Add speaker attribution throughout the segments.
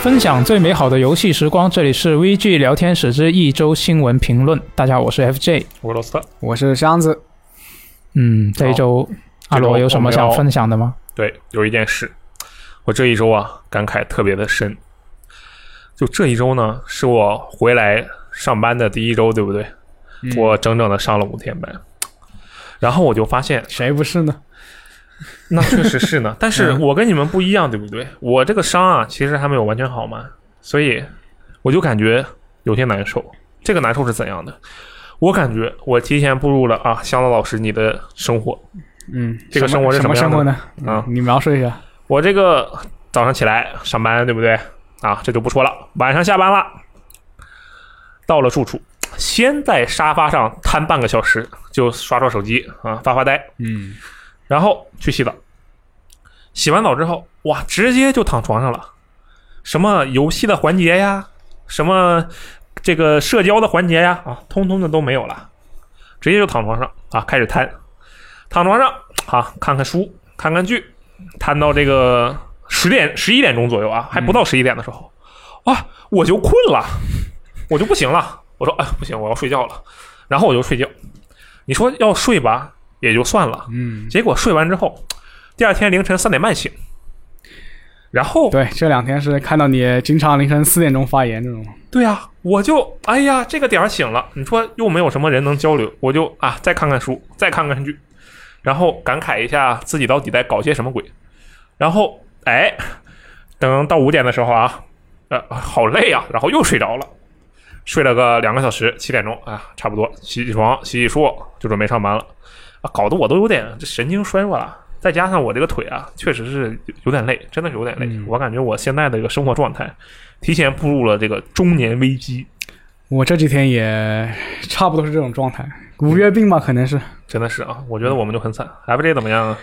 Speaker 1: 分享最美好的游戏时光，这里是 VG 聊天室之一周新闻评论。大家好，我是 FJ。
Speaker 2: 我老斯特，
Speaker 3: 我是箱子，
Speaker 1: 嗯，这一周阿罗有什么想分享的吗？
Speaker 2: 对，有一件事，我这一周啊感慨特别的深。就这一周呢，是我回来上班的第一周，对不对？我整整的上了五天班，然后我就发现，
Speaker 3: 谁不是呢？
Speaker 2: 那确实是呢，但是我跟你们不一样，对不对？我这个伤啊，其实还没有完全好嘛，所以我就感觉有些难受。这个难受是怎样的？我感觉我提前步入了啊，香子老师你的生活。
Speaker 3: 嗯，
Speaker 2: 这个生活是
Speaker 3: 什么
Speaker 2: 什
Speaker 3: 生
Speaker 2: 么
Speaker 3: 活
Speaker 2: 样
Speaker 3: 呢？
Speaker 2: 啊
Speaker 3: 你描述一下。
Speaker 2: 我这个早上起来上班，对不对？啊，这就不说了。晚上下班了，到了住处，先在沙发上瘫半个小时，就刷刷手机啊，发发呆，
Speaker 3: 嗯，
Speaker 2: 然后去洗澡。洗完澡之后，哇，直接就躺床上了。什么游戏的环节呀，什么这个社交的环节呀，啊，通通的都没有了，直接就躺床上啊，开始瘫。躺床上啊，看看书，看看剧，瘫到这个十点、十一点钟左右啊，还不到十一点的时候，啊，我就困了，我就不行了。我说，哎，不行，我要睡觉了。然后我就睡觉。你说要睡吧，也就算了。
Speaker 3: 嗯，
Speaker 2: 结果睡完之后，第二天凌晨三点半醒，然后
Speaker 3: 对，这两天是看到你经常凌晨四点钟发言这种。
Speaker 2: 对啊，我就哎呀，这个点儿醒了，你说又没有什么人能交流，我就啊再看看书，再看看剧，然后感慨一下自己到底在搞些什么鬼，然后哎，等到五点的时候啊，呃，好累啊，然后又睡着了，睡了个两个小时，七点钟啊，差不多洗洗床、洗洗漱就准备上班了，啊，搞得我都有点这神经衰弱了。再加上我这个腿啊，确实是有有点累，真的是有点累。
Speaker 3: 嗯
Speaker 2: 我感觉我现在的一个生活状态，提前步入了这个中年危机，
Speaker 3: 我这几天也差不多是这种状态，五月病吧，可能是。
Speaker 2: 真的是啊，我觉得我们就很惨。FJ 怎么样啊？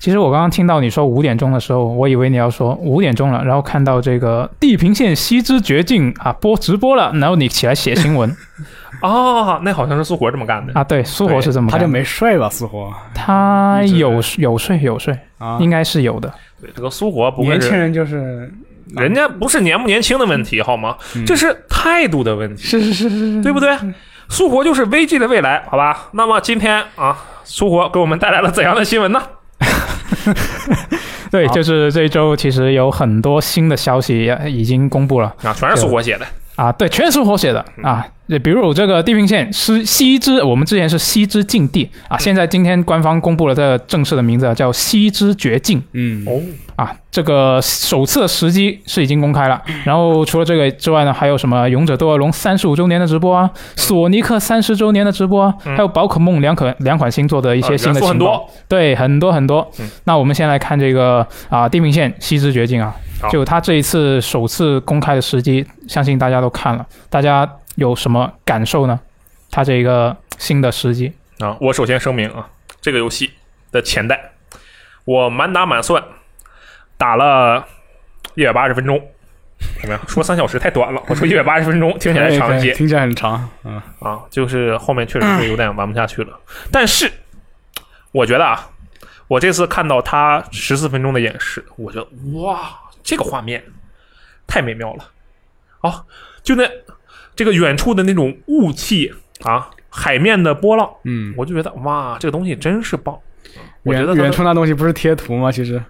Speaker 1: 其实我刚刚听到你说五点钟的时候，我以为你要说五点钟了，然后看到这个地平线西之绝境啊播直播了，然后你起来写新 闻
Speaker 3: 嗯
Speaker 2: 哦，那好像是苏活这么干的。
Speaker 1: 啊。对，苏活是这么
Speaker 3: 他
Speaker 1: 干
Speaker 3: 就
Speaker 1: 的，
Speaker 3: 没睡吧，似乎
Speaker 1: 他有有睡有睡，
Speaker 3: 啊，
Speaker 1: 应该是有的。
Speaker 2: 对，这个苏活不会
Speaker 3: 年轻
Speaker 2: 是
Speaker 3: 人就是
Speaker 2: 人家不是年不年轻的问题好吗？
Speaker 3: 嗯
Speaker 2: 这是态度的问题，
Speaker 3: 是是是是是，
Speaker 2: 对不对？苏活就是 VG 的未来，好吧？那么今天啊，苏活给我们带来了怎样的新闻呢？
Speaker 1: 对，
Speaker 3: 好
Speaker 1: 就是这一周其实有很多新的消息也已经公布了
Speaker 2: 啊，全是苏活写的。
Speaker 1: 啊，对，全是活写的啊。对比如这个地平线是西之，我们之前是西之禁地啊，现在今天官方公布了这个正式的名字啊叫西之绝境
Speaker 3: 嗯，
Speaker 2: 哦，
Speaker 1: 啊，这个首次的时机是已经公开了。然后除了这个之外呢，还有什么勇者斗恶龙三十五周年的直播啊，索尼克三十周年的直播啊，
Speaker 2: 嗯
Speaker 1: 还有宝可梦两款两款新作的一
Speaker 2: 一
Speaker 1: 些新的
Speaker 2: 很
Speaker 1: 情报。
Speaker 2: 多。
Speaker 1: 对，很多很多。
Speaker 2: 嗯
Speaker 1: 那我们先来看这个啊，地平线西之绝境啊
Speaker 2: 好，
Speaker 1: 就他这一次首次公开的时机，相信大家都看了，大家有什么感受呢？他这个新的时机，
Speaker 2: 啊，我首先声明啊，这个游戏的前代，我满打满算打了一百八十分钟，怎么样？说三小时太短了，我说一百八十分钟听起来长一
Speaker 3: 可以
Speaker 2: 些
Speaker 3: 可以听起来很长，嗯，
Speaker 2: 啊，就是后面确实是有点玩不下去了。但是我觉得啊，我这次看到他十四分钟的演示，我觉得哇，这个画面太美妙了啊！就那这个远处的那种雾气啊，海面的波浪。
Speaker 3: 嗯，
Speaker 2: 我就觉得哇，这个东西真是棒。我觉
Speaker 3: 远
Speaker 2: 得它
Speaker 3: 远处那东西不是贴图吗？其实，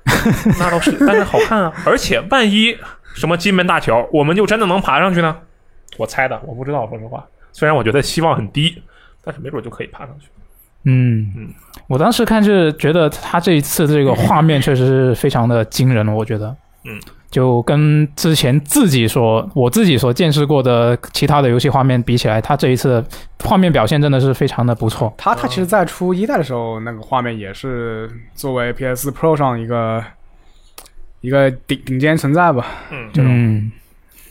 Speaker 2: 那倒是，但是好看啊。 而且万一什么金门大桥，我们就真的能爬上去呢？我猜的，我不知道，说实话。虽然我觉得希望很低，但是没准就可以爬上去。
Speaker 1: 嗯
Speaker 2: 嗯
Speaker 1: 我当时看是觉得他这一次这个画面确实是非常的惊人，我觉得，
Speaker 2: 嗯，
Speaker 1: 就跟之前自己所我自己所见识过的其他的游戏画面比起来，他这一次的画面表现真的是非常的不错。
Speaker 3: 他他
Speaker 2: 嗯
Speaker 3: 其实，在出一代的时候，那个画面也是作为 PS Pro 上一个一个顶顶尖存在吧。
Speaker 2: 嗯，这种
Speaker 1: 嗯，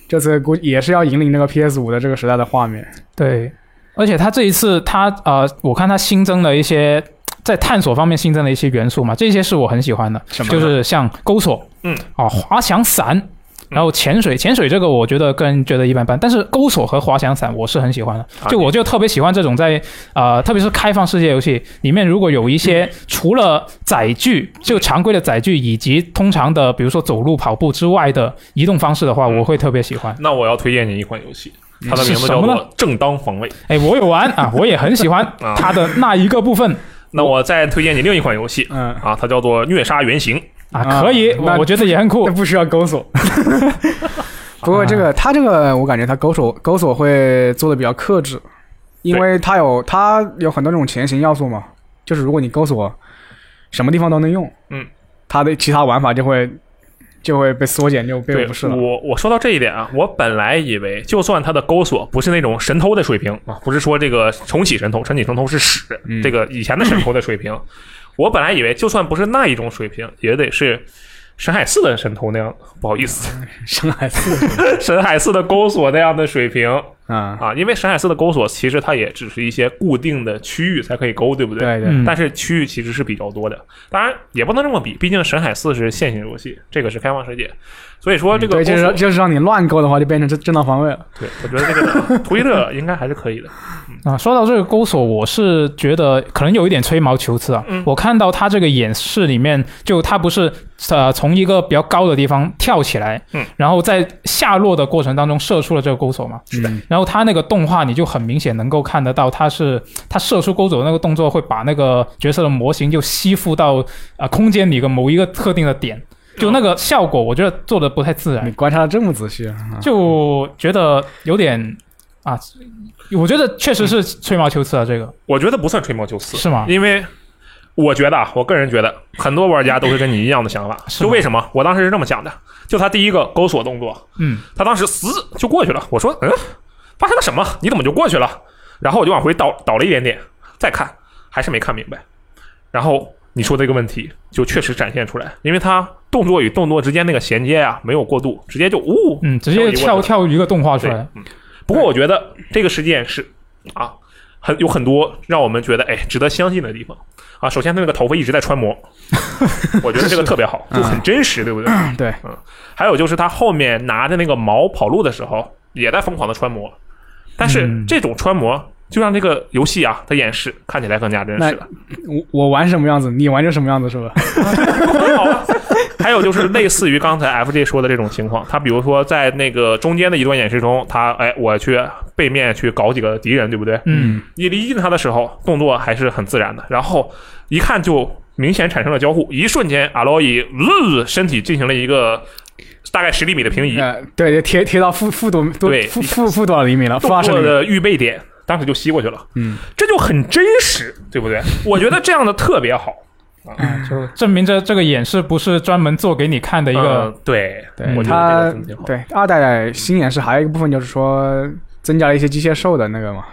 Speaker 3: 这次估计也是要引领这个 PS 五的这个时代的画面。
Speaker 1: 对，而且他这一次他呃，我看他新增了一些在探索方面新增了一些元素嘛，这些是我很喜欢的，
Speaker 3: 什么
Speaker 1: 就是像钩索，
Speaker 2: 嗯，
Speaker 1: 啊，滑翔伞。然后潜水，潜水这个我觉得个人觉得一般般，但是钩索和滑翔伞我是很喜欢的。
Speaker 2: 啊
Speaker 1: 就我就特别喜欢这种在呃，特别是开放世界游戏里面，如果有一些除了载具，就常规的载具以及通常的，比如说走路、跑步之外的移动方式的话，我会特别喜欢。
Speaker 2: 那我要推荐你一款游戏，它的
Speaker 1: 是
Speaker 2: 名字
Speaker 1: 什
Speaker 2: 叫
Speaker 1: 么呢
Speaker 2: 做《正当防卫》。
Speaker 1: 哎，我有玩啊，我也很喜欢
Speaker 2: 啊
Speaker 1: 它的那一个部分
Speaker 2: 那我再推荐你另一款游戏
Speaker 3: 嗯，
Speaker 2: 啊，它叫做《虐杀原型》。
Speaker 1: 啊，可以，
Speaker 3: 啊那
Speaker 1: 我我觉得也很酷
Speaker 3: 那。不需要钩 锁。不过这
Speaker 2: 啊
Speaker 3: 个他这个，我感觉他钩锁钩锁会做的比较克制，因为他有他有很多这种前行要素嘛，就是如果你钩锁，什么地方都能用，
Speaker 2: 嗯，
Speaker 3: 他的其他玩法就会就会被缩减，就被
Speaker 2: 对
Speaker 3: 无视，了。
Speaker 2: 我我说到这一点啊，我本来以为就算它的钩索不是那种神偷的水平啊，不是说这个重启神偷，重启神偷是屎，
Speaker 3: 嗯
Speaker 2: 这个以前的神偷的水平， 我本来以为就算不是那一种水平，也得是。沈海寺的神偷那样，不好意思，
Speaker 3: 深海四
Speaker 2: 沈海寺的钩索那样的水平
Speaker 3: 啊，
Speaker 2: 啊，因为沈海寺的钩索其实它也只是一些固定的区域才可以勾，对不对？
Speaker 3: 对对，
Speaker 1: 嗯，
Speaker 2: 但是区域其实是比较多的。当然也不能这么比，毕竟沈海寺是线性游戏，这个是开放世界，所以说这个
Speaker 3: 嗯对，
Speaker 2: 钩
Speaker 3: 就是
Speaker 2: 索
Speaker 3: 就是让你乱勾的话，就变成正正当防卫了。
Speaker 2: 对，我觉得这个推特应该还是可以的。
Speaker 1: 啊，说到这个钩索，我是觉得可能有一点吹毛求疵啊。
Speaker 2: 嗯
Speaker 1: 我看到他这个演示里面，就他不是呃从一个比较高的地方跳起来，
Speaker 2: 嗯，
Speaker 1: 然后在下落的过程当中射出了这个钩索嘛。
Speaker 3: 是的，
Speaker 1: 然后他那个动画，你就很明显能够看得到，他是他射出钩索的那个动作会把那个角色的模型就吸附到啊、呃空间里的某一个特定的点，就那个效果，我觉得做的不太自然
Speaker 3: 你。观察的这么仔细啊，
Speaker 1: 就觉得有点啊，我觉得确实是吹毛求疵啊，这个
Speaker 2: 我觉得不算吹毛求疵，
Speaker 1: 是吗？
Speaker 2: 因为我觉得啊，我个人觉得很多玩家都是跟你一样的想法。
Speaker 1: 是
Speaker 2: 就
Speaker 1: 吗
Speaker 2: 为什么我当时是这么想的？就他第一个钩锁动作，
Speaker 1: 嗯，
Speaker 2: 他当时死就过去了。我说，嗯，发生了什么？你怎么就过去了？然后我就往回倒倒了一点点，再看还是没看明白。然后你说这个问题就确实展现出来，因为他动作与动作之间那个衔接啊没有过渡，直接就呜、
Speaker 1: 嗯，直接跳跳一个动画出
Speaker 2: 对
Speaker 1: 来，，
Speaker 2: 嗯。不过我觉得这个事件是啊，很有很多让我们觉得哎值得相信的地方啊。首先，他那个头发一直在穿模，我觉得这个特别好，就很真实，对不对？
Speaker 3: 对，
Speaker 2: 嗯。还有就是他后面拿着那个矛跑路的时候，也在疯狂的穿模，但是
Speaker 1: 嗯
Speaker 2: 这种穿模就让这个游戏啊的演示看起来更加真实了。
Speaker 3: 我我玩什么样子，你玩就什么样子，是吧？
Speaker 2: 很好啊。还有就是类似于刚才 F J 说的这种情况，他比如说在那个中间的一段演示中，他哎，我去背面去搞几个敌人，对不对？
Speaker 1: 嗯，
Speaker 2: 你离近他的时候，动作还是很自然的，然后一看就明显产生了交互，一瞬间阿洛伊呃身体进行了一个大概十厘米的平移，
Speaker 3: 呃，对，就贴贴到负负多多
Speaker 2: 对
Speaker 3: 负负负多少厘米了？负
Speaker 2: 动
Speaker 3: 二十厘
Speaker 2: 作
Speaker 3: 米。
Speaker 2: 的预备点当时就吸过去了，
Speaker 3: 嗯，
Speaker 2: 这就很真实，对不对？我觉得这样的特别 好。
Speaker 1: 就证明这这个演示不是专门做给你看的一个，
Speaker 2: 嗯对，
Speaker 3: 对，
Speaker 2: 我觉得这
Speaker 3: 它
Speaker 2: 个真挺好。
Speaker 3: 对二代新演示还有一个部分就是说增加了一些机械兽的那个嘛，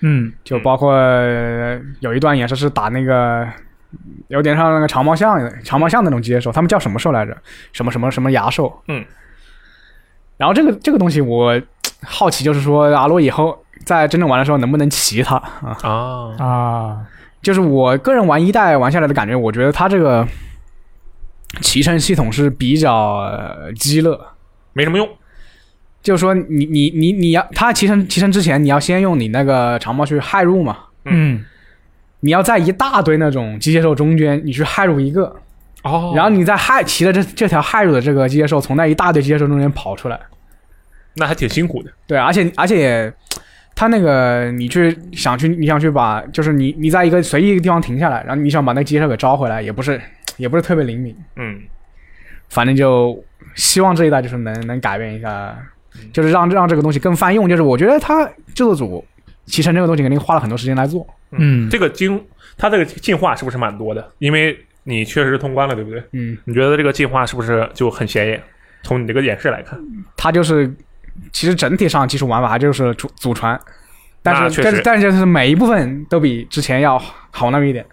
Speaker 1: 嗯
Speaker 3: 就包括呃有一段演示是打那个。有点像那个长毛象，长毛象那种机械兽，他们叫什么兽来着？什么什么什么牙兽？
Speaker 2: 嗯。
Speaker 3: 然后这个这个东西我好奇，就是说阿洛以后在真正玩的时候能不能骑它啊？
Speaker 2: 啊，
Speaker 1: 啊，
Speaker 3: 就是我个人玩一代玩下来的感觉，我觉得它这个骑乘系统是比较呃鸡肋，
Speaker 2: 没什么用。
Speaker 3: 就是说你你你你要它骑乘骑乘之前，你要先用你那个长矛去害入嘛，
Speaker 1: 嗯
Speaker 3: 你要在一大堆那种机械兽中间，你去害入一个，
Speaker 2: 哦
Speaker 3: 然后你再害骑着这这条害入的这个机械兽从那一大堆机械兽中间跑出来，
Speaker 2: 那还挺辛苦的。
Speaker 3: 对，啊而且而且也。它那个，你去想去，你想去把，就是你你在一个随意一个地方停下来，然后你想把那个机械兽给招回来，也不是也不是特别灵敏。
Speaker 2: 嗯，
Speaker 3: 反正就希望这一代就是能能改变一下，就是让让这个东西更泛用。就是我觉得他制作组骑乘这个东西肯定花了很多时间来做，
Speaker 1: 嗯
Speaker 2: 这个经它这个进化是不是蛮多的？因为你确实通关了，对不对？
Speaker 3: 嗯，
Speaker 2: 你觉得这个进化是不是就很显眼？从你这个演示来看，
Speaker 3: 他就是其实整体上技术玩法还就是祖祖传，
Speaker 2: 那
Speaker 3: 但
Speaker 2: 确实
Speaker 3: 是但是但是就是每一部分都比之前要好那么一点。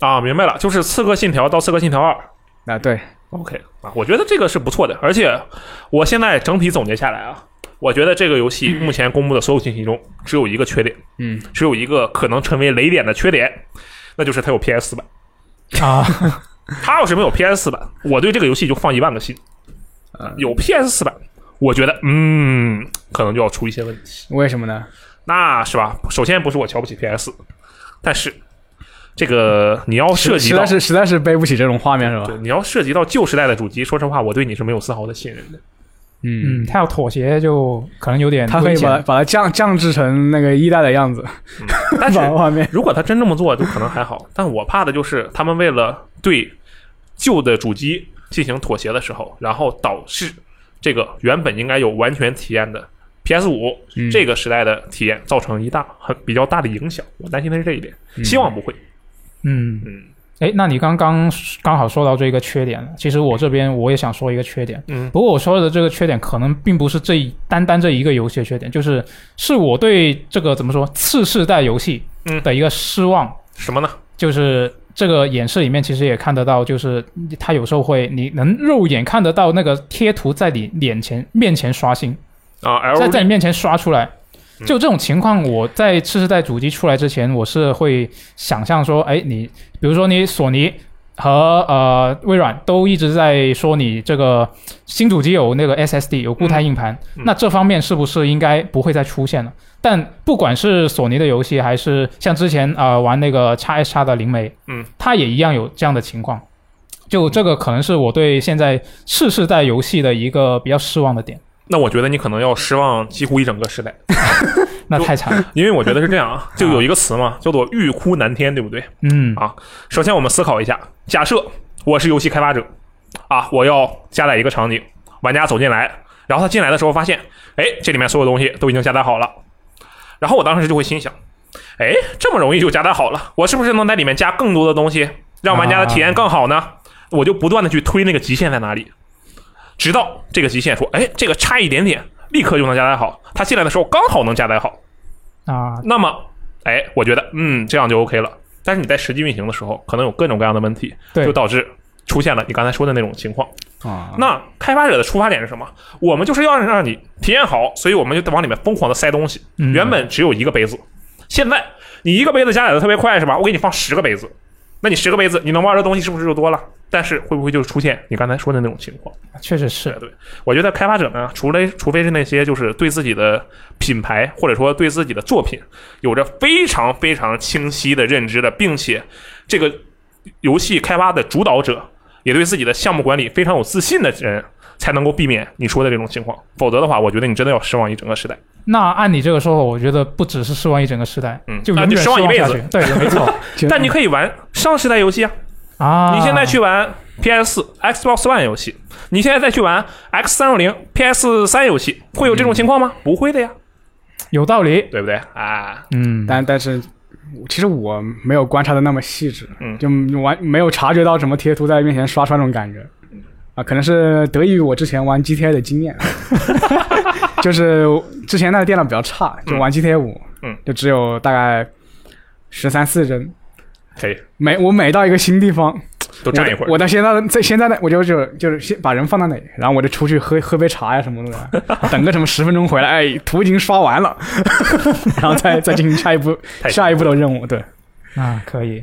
Speaker 2: 啊，明白了，就是《刺客信条》到《刺客信条二》
Speaker 3: 啊，对，
Speaker 2: ，OK 啊，我觉得这个是不错的。而且我现在整体总结下来啊，我觉得这个游戏目前公布的所有信息中，只有一个缺点，
Speaker 3: 嗯，
Speaker 2: 只有一个可能成为雷点的缺点，那就是它有 PS 版。
Speaker 1: 啊，
Speaker 2: 它要是没有 PS 版，我对这个游戏就放一万个心。
Speaker 3: 呃
Speaker 2: 有 PS 四版，我觉得嗯，可能就要出一些问题，
Speaker 3: 为什么呢？
Speaker 2: 那是吧？首先不是我瞧不起 PS，但是这个你要哦涉及
Speaker 3: 实
Speaker 2: 到
Speaker 3: 在是实在是背不起这种画面是吧？
Speaker 2: 对你要涉及到旧时代的主机，说实话，我对你是没有丝毫的信任的。
Speaker 3: 嗯，
Speaker 1: 嗯，他要妥协就可能有点
Speaker 3: 他可
Speaker 1: 危
Speaker 3: 以
Speaker 1: 险
Speaker 3: 把把它降降制成那个一代的样子，
Speaker 2: 但是
Speaker 3: 把画面。
Speaker 2: 如果他真这么做，就可能还好。但我怕的就是他们为了对旧的主机进行妥协的时候，然后导致这个原本应该有完全体验的 PS 五、
Speaker 3: 嗯
Speaker 2: 这个时代的体验造成一大很比较大的影响。我担心的是这一点，
Speaker 3: 嗯
Speaker 2: 希望不会。
Speaker 1: 嗯，
Speaker 2: 嗯
Speaker 1: 哎，那你刚刚刚好说到这个缺点了。其实我这边我也想说一个缺点，
Speaker 2: 嗯
Speaker 1: 不过我说的这个缺点可能并不是这一单单这一个游戏的缺点，就是是我对这个怎么说次世代游戏
Speaker 2: 嗯
Speaker 1: 的一个失望。
Speaker 2: 什么呢？
Speaker 1: 就是这个演示里面其实也看得到，就是它有时候会你能肉眼看得到那个贴图在你脸前面前刷新，
Speaker 2: 啊
Speaker 1: 在在
Speaker 2: ，L
Speaker 1: 你面前刷出来。
Speaker 2: 嗯
Speaker 1: 就这种情况，我在次世代主机出来之前，我是会想象说，哎，你比如说你索尼和呃微软都一直在说你这个新主机有那个 SSD 有固态硬盘，
Speaker 2: 嗯
Speaker 1: 那这方面是不是应该不会再出现了？但不管是索尼的游戏，还是像之前呃玩那个 x S x 的灵媒，
Speaker 2: 嗯，
Speaker 1: 它也一样有这样的情况。就这个可能是我对现在次世代游戏的一个比较失望的点，
Speaker 2: 那我觉得你可能要失望几乎一整个时代，
Speaker 1: 那太惨了。
Speaker 2: 因为我觉得是这样啊，就有一个词嘛，叫做欲哭难填，对不对？
Speaker 1: 嗯
Speaker 2: 首先，我们思考一下，假设我是游戏开发者啊，我要加载一个场景，玩家走进来，然后他进来的时候发现，哎，这里面所有东西都已经加载好了，然后我当时就会心想，哎，这么容易就加载好了，我是不是能在里面加更多的东西，让玩家的体验更好呢？我就不断的去推那个极限在哪里，直到这个极限说，哎，这个差一点点，立刻就能加载好，他进来的时候刚好能加载好，
Speaker 1: 啊，
Speaker 2: 那么，哎，我觉得，嗯，这样就 OK 了。但是你在实际运行的时候，可能有各种各样的问题，
Speaker 1: 对
Speaker 2: 就导致出现了你刚才说的那种情况。
Speaker 3: 啊，
Speaker 2: 那开发者的出发点是什么？我们就是要让你体验好，所以我们就往里面疯狂的塞东西。
Speaker 1: 嗯
Speaker 2: 原本只有一个杯子，现在你一个杯子加载的特别快是吧？我给你放十个杯子，那你十个杯子你能玩的东西是不是就多了？但是会不会就出现你刚才说的那种情况？
Speaker 1: 确实是
Speaker 2: 对，对，我觉得开发者呢，除了除非是那些就是对自己的品牌或者说对自己的作品有着非常非常清晰的认知的，并且这个游戏开发的主导者也对自己的项目管理非常有自信的人，才能够避免你说的这种情况。否则的话，我觉得你真的要失望一整个时代。
Speaker 1: 那按你这个说法，我觉得不只是失望一整个时代，
Speaker 2: 嗯
Speaker 1: 就
Speaker 2: 那
Speaker 1: 永
Speaker 2: 就
Speaker 1: 远
Speaker 2: 失望一辈
Speaker 1: 下
Speaker 2: 子
Speaker 1: 去。对，没错
Speaker 3: 就
Speaker 2: 但你可以玩上时代游戏啊，
Speaker 1: 啊。
Speaker 2: 你现在去玩 PS 4 Xbox One 游戏，你现在再去玩 X 三六零、PS 三游戏，会有这种情况吗？
Speaker 1: 嗯
Speaker 2: 不会的呀，
Speaker 1: 有道理，
Speaker 2: 对不对啊？
Speaker 1: 嗯，
Speaker 3: 但但是，其实我没有观察的那么细致，
Speaker 2: 嗯
Speaker 3: 就完没有察觉到什么贴图在面前刷出来那种感觉，
Speaker 2: 嗯
Speaker 3: 啊，可能是得益于我之前玩 GTA 的经 验， 就是之前那个电脑比较差，就玩 GTA 五，
Speaker 2: 嗯，
Speaker 3: 就只有大概十三四帧，
Speaker 2: 可以，
Speaker 3: 每我每到一个新地方，
Speaker 2: 都站一会儿。
Speaker 3: 我我到现在在现在的我就就就是先把人放到那里，然后我就出去喝喝杯茶呀什么的， 等个什么十分钟回来，哎，图已经刷完了， 然后再再进行下一步
Speaker 2: 太
Speaker 3: 下一步的任务。对，
Speaker 1: 啊，可以。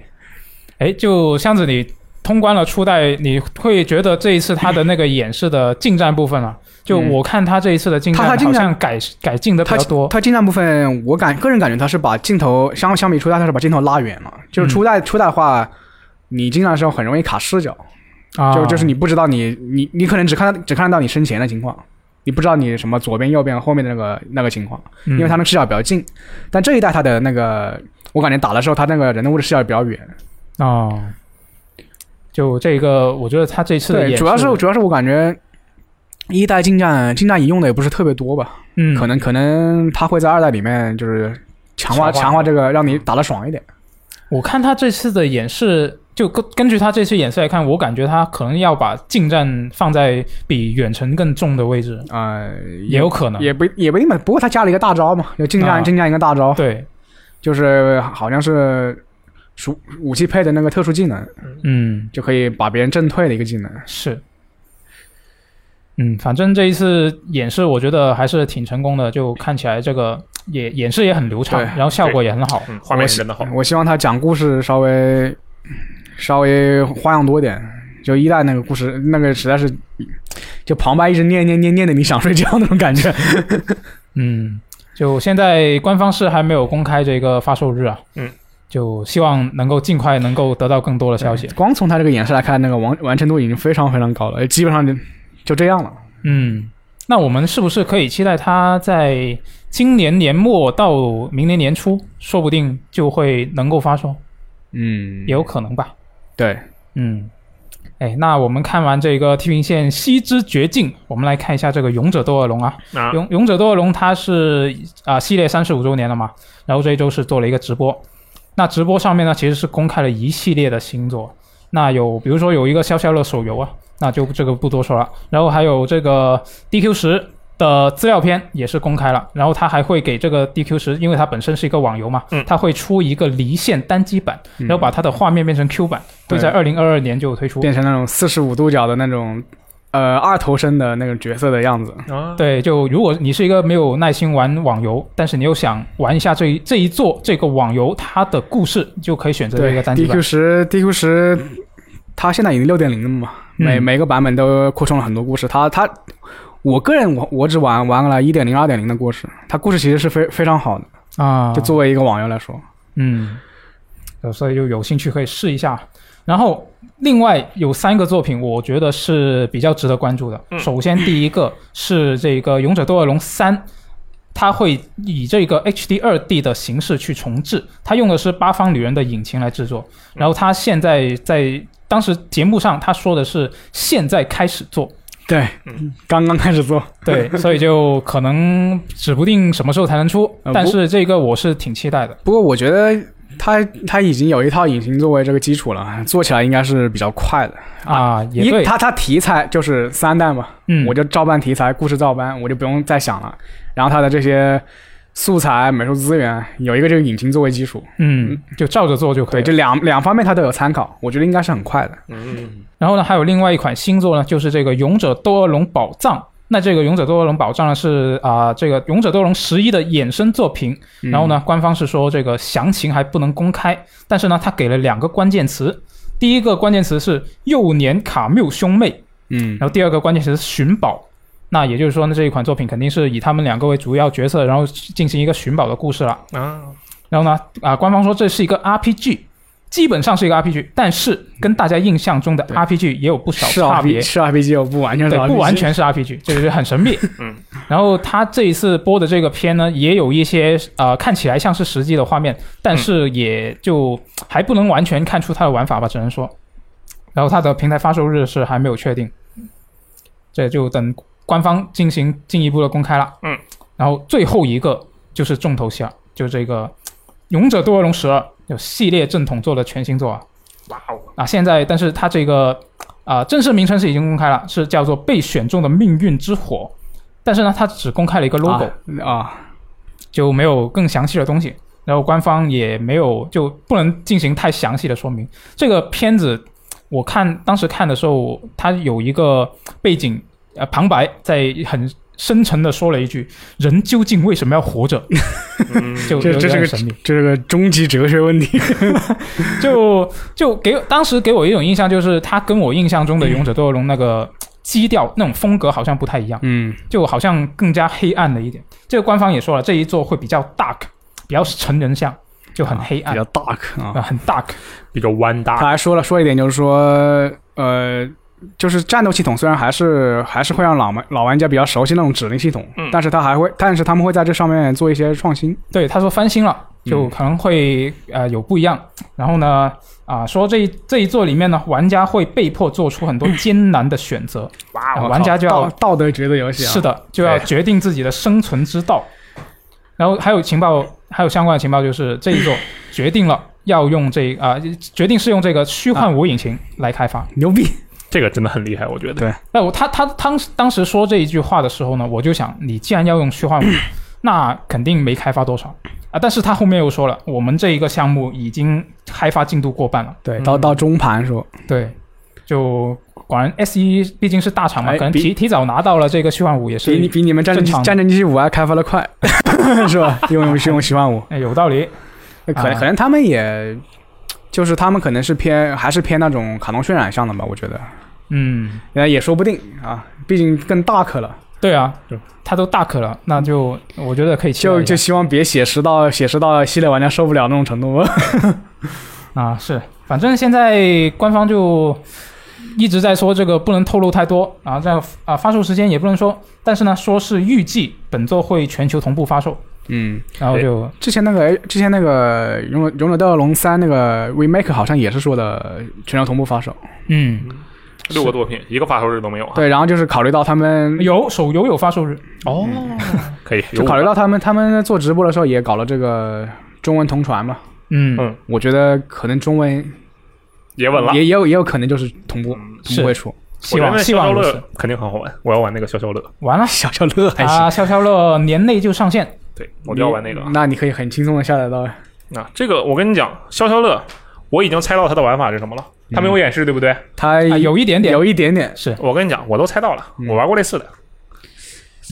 Speaker 1: 哎，就箱子你通关了初代，你会觉得这一次它的那个演示的近战部分啊，就
Speaker 3: 嗯
Speaker 1: 我看它这一次的近
Speaker 3: 它它
Speaker 1: 战
Speaker 3: 近
Speaker 1: 好
Speaker 3: 战
Speaker 1: 像改改进的比
Speaker 3: 它
Speaker 1: 较多。
Speaker 3: 它近战部分，我感个人感觉它是把镜头相相比初代，它是把镜头拉远了。就是初代、初代的话，你进战的时候很容易卡视角，
Speaker 1: 啊，
Speaker 3: 就就是你不知道你你你可能只看到只看得到你身前的情况，你不知道你什么左边右边后面的那个那个情况。
Speaker 1: 嗯，
Speaker 3: 因为他们视角比较近。但这一代他的那个，我感觉打的时候他那个人物的视角比较远。
Speaker 1: 哦，就这个，我觉得它这次的演
Speaker 3: 对，
Speaker 1: 示
Speaker 3: 主要是主要是我感觉一代近战近战引用的也不是特别多吧，
Speaker 1: 嗯，
Speaker 3: 可能可能他会在二代里面就是强化
Speaker 2: 强化
Speaker 3: 强化这个，让你打得爽一点。
Speaker 1: 我看他这次的演示，就根根据他这次演示来看，我感觉他可能要把近战放在比远程更重的位置，
Speaker 3: 呃，
Speaker 1: 嗯也有可能。
Speaker 3: 也不也不一定吧，不过他加了一个大招嘛，就近战、
Speaker 1: 啊
Speaker 3: 近战一个大招，
Speaker 1: 对，
Speaker 3: 就是好像是属武器配的那个特殊技能，
Speaker 1: 嗯，
Speaker 3: 就可以把别人震退的一个技能。
Speaker 1: 是。嗯，反正这一次演示，我觉得还是挺成功的，就看起来这个也演示也很流畅，
Speaker 3: 对
Speaker 1: 然后效果也很好。
Speaker 2: 嗯，画面是真的好。
Speaker 3: 我希望他讲故事稍微稍微花样多点。就一代那个故事，那个实在是就旁白一直念念念念的你想睡觉那种感觉。
Speaker 1: 嗯，就现在官方是还没有公开这个发售日啊。
Speaker 2: 嗯，
Speaker 1: 就希望能够尽快能够得到更多的消息。
Speaker 3: 光从他这个演示来看，那个完完成度已经非常非常高了，基本上就就这样了。
Speaker 1: 嗯，那我们是不是可以期待它在今年年末到明年年初，说不定就会能够发售，
Speaker 3: 嗯
Speaker 1: 也有可能吧？
Speaker 3: 对，
Speaker 1: 嗯，哎，那我们看完这个《地平线：西之绝境》，我们来看一下这个《勇者斗恶龙》啊。
Speaker 2: 啊，
Speaker 1: 勇勇者斗恶龙它是啊、系列三十五周年了嘛，然后这一周是做了一个直播，那直播上面呢其实是公开了一系列的新作，那有比如说有一个消消乐手游啊，那就这个不多说了，然后还有这个 DQ 十。的资料片也是公开了，然后它还会给这个 DQ 十，因为它本身是一个网游嘛，
Speaker 2: 嗯
Speaker 1: 它会出一个离线单机版，
Speaker 3: 嗯
Speaker 1: 然后把它的画面变成 Q 版，会在二零二二年就推出。
Speaker 3: 变成那种四十五度角的那种，呃，二头身的那种角色的样子。
Speaker 2: 啊，
Speaker 1: 对，就如果你是一个没有耐心玩网游，但是你又想玩一下这一这一座这个网游它的故事，你就可以选择这
Speaker 3: 对
Speaker 1: 个单机版
Speaker 3: ，DQ。十，DQ 十，它现在已经六点零了嘛，每、
Speaker 1: 嗯
Speaker 3: 每个版本都扩充了很多故事。它它，我个人我我只玩玩了一点零、二点零的故事，它故事其实是非非常好的，
Speaker 1: 啊，
Speaker 3: 就作为一个网游来说，
Speaker 1: 嗯，呃所以就有兴趣可以试一下。然后另外有三个作品，我觉得是比较值得关注的。
Speaker 2: 嗯
Speaker 1: 首先第一个是这个《勇者斗恶龙三》。它会以这个 HD 二 D 的形式去重置，它用的是八方旅人的引擎来制作。然后它现在在当时节目上，他说的是现在开始做，
Speaker 3: 对，
Speaker 2: 嗯
Speaker 3: 刚刚开始做，
Speaker 1: 对，所以就可能指不定什么时候才能出
Speaker 3: 呃，
Speaker 1: 但
Speaker 3: 不
Speaker 1: 是这个我是挺期待的。
Speaker 3: 不过我觉得它它已经有一套引擎作为这个基础了，做起来应该是比较快的。
Speaker 1: 啊，也
Speaker 3: 因为
Speaker 1: 对，
Speaker 3: 它它题材就是三代嘛，
Speaker 1: 嗯，
Speaker 3: 我就照搬题材，故事照搬，我就不用再想了。然后它的这些素材、美术资源有一个这个引擎作为基础，
Speaker 1: 嗯就照着做就可
Speaker 3: 对，
Speaker 1: 以。
Speaker 3: 这两两方面它都有参考，我觉得应该是很快的。
Speaker 2: 嗯，
Speaker 1: 然后呢，还有另外一款新作呢，就是这个《勇者斗恶龙宝藏》。那这个《勇者斗恶龙宝藏》呢是啊、这个《勇者斗恶龙十一》的衍生作品。
Speaker 3: 嗯
Speaker 1: 嗯然后呢，官方是说这个详情还不能公开，但是呢，他给了两个关键词。第一个关键词是幼年卡缪兄妹，
Speaker 3: 嗯，
Speaker 1: 然后第二个关键词是寻宝。那也就是说呢，这一款作品肯定是以他们两个为主要角色，然后进行一个寻宝的故事了。
Speaker 2: 啊，
Speaker 1: 然后呢，啊、官方说这是一个 RPG，基本上是一个 RPG，但是跟大家印象中的
Speaker 3: 对
Speaker 1: RPG 也有不少
Speaker 3: 是
Speaker 1: 差
Speaker 3: RPG
Speaker 1: 别。
Speaker 3: 是 RPG 又不完全是
Speaker 1: 对，
Speaker 3: 啊 RPG，
Speaker 1: 不完全是 RPG，这个就很神秘。
Speaker 2: 嗯，
Speaker 1: 然后他这一次播的这个片呢，也有一些呃看起来像是实际的画面，但是也就还不能完全看出它的玩法吧，只能说。然后它的平台发售日是还没有确定，这就等官方进行进一步的公开了。
Speaker 2: 嗯，
Speaker 1: 然后最后一个就是重头戏了，就这个《勇者斗恶龙十二》有系列正统做的全新作啊。
Speaker 2: 哇哦，
Speaker 1: 啊，现在但是它这个啊、正式名称是已经公开了，是叫做《被选中的命运之火》，但是呢，它只公开了一个 logo，、
Speaker 3: 啊啊
Speaker 1: 就没有更详细的东西。然后官方也没有就不能进行太详细的说明。这个片子我看当时看的时候，它有一个背景呃旁白在很深沉的说了一句：“人究竟为什么要活着？”
Speaker 2: 嗯
Speaker 1: 就
Speaker 3: 这
Speaker 1: 有
Speaker 3: 这是
Speaker 1: 点
Speaker 3: 个
Speaker 1: 神秘。
Speaker 3: 这是个终极哲学 问题。
Speaker 1: 就就给当时给我一种印象，就是他跟我印象中
Speaker 3: 嗯
Speaker 1: 的《勇者斗恶龙》那个基调、那种风格好像不太一样，
Speaker 3: 嗯，
Speaker 1: 就好像更加黑暗了一点。这个官方也说了，这一作会比较 dark，比较成人向，就很黑暗
Speaker 3: 啊比较 dark 啊
Speaker 1: 啊，。很 dark。
Speaker 2: 比较弯
Speaker 3: 他
Speaker 2: 搭，
Speaker 3: 还说了说一点，就是说，呃，就是战斗系统虽然还是还是会让老玩老玩家比较熟悉那种指令系统，
Speaker 2: 嗯
Speaker 3: 但是他还会，但是他们会在这上面做一些创新。
Speaker 1: 对，他说翻新了，就
Speaker 3: 嗯
Speaker 1: 可能会、呃有不一样。然后呢，啊、说这一这一座里面呢，玩家会被迫做出很 多艰难的选择，
Speaker 2: 哇
Speaker 1: 啊
Speaker 2: 哦，
Speaker 1: 玩家就要
Speaker 3: 道道德觉得游戏啊，
Speaker 1: 是的，就要
Speaker 2: 对
Speaker 1: 决定自己的生存之道。然后还有情报，还有相关的情报，就是这一座决定 了要用这啊、决定是用这个虚幻五引擎来开发。
Speaker 3: 牛 逼，
Speaker 2: 这个真的很厉害，我觉得，
Speaker 1: 那我他他当当时说这一句话的时候呢，我就想，你既然要用虚幻五， 那肯定没开发多少啊。但是他后面又说了，我们这一个项目已经开发进度过半了。
Speaker 3: 对，
Speaker 2: 嗯
Speaker 3: 到到中盘说，
Speaker 1: 对，就果然 S 一毕竟是大厂嘛，
Speaker 3: 哎
Speaker 1: 可能
Speaker 3: 比
Speaker 1: 提提早拿到了这个虚幻五也
Speaker 3: 比你
Speaker 1: 是
Speaker 3: 比你们战争
Speaker 1: 正常的
Speaker 3: 战争机器五还开发的快， 是吧？用用用 十万五，
Speaker 1: 哎有道理。
Speaker 3: 可能
Speaker 1: 啊
Speaker 3: 可能他们也。就是他们可能是偏还是偏那种卡通渲染向的吧，我觉得
Speaker 1: 嗯，
Speaker 3: 那也说不定啊，毕竟更大可了，
Speaker 1: 对啊
Speaker 2: 对，嗯
Speaker 1: 他都大可了，那就我觉得可以期待
Speaker 3: 就
Speaker 1: 一下
Speaker 3: 就希望别写实到写实到系列玩家受不了那种程度。
Speaker 1: 啊是，反正现在官方就一直在说这个不能透露太多啊，这样啊发售时间也不能说，但是呢说是预计本作会全球同步发售，
Speaker 3: 嗯，
Speaker 1: 然后就
Speaker 3: 之前那个哎之前那个《勇者勇者斗恶龙三》那个 remake 好像也是说的全球同步发售，
Speaker 1: 嗯
Speaker 2: 六个作品，一个发售日都没有啊。
Speaker 3: 对，然后就是考虑到他们
Speaker 1: 有手游有发售日，
Speaker 2: 哦，可以，
Speaker 3: 就
Speaker 2: 有
Speaker 3: 考虑
Speaker 2: 我
Speaker 3: 到他们他们做直播的时候也搞了这个中文同传嘛，
Speaker 1: 嗯
Speaker 2: 嗯
Speaker 3: 我觉得可能中文
Speaker 2: 也稳了。
Speaker 3: 也也有也有可能就是同步同
Speaker 1: 是
Speaker 3: 步会出。
Speaker 1: 希望
Speaker 2: 我觉得
Speaker 1: 希
Speaker 2: 消消
Speaker 1: 望如
Speaker 2: 乐
Speaker 1: 此。
Speaker 2: 肯定很好玩，我要玩那个消消乐。
Speaker 1: 完了，
Speaker 3: 消消乐还行，
Speaker 1: 啊，消消乐年内就上线，啊
Speaker 2: 对，我就要玩那个。
Speaker 3: 那你可以很轻松的下载到。
Speaker 2: 啊，这个我跟你讲，消消乐，我已经猜到它的玩法是什么了。它没有演示，对不对？
Speaker 3: 它
Speaker 1: 啊有一点点
Speaker 3: 有一点点，
Speaker 1: 是
Speaker 2: 我跟你讲，我都猜到了，
Speaker 3: 嗯
Speaker 2: 我玩过类似的。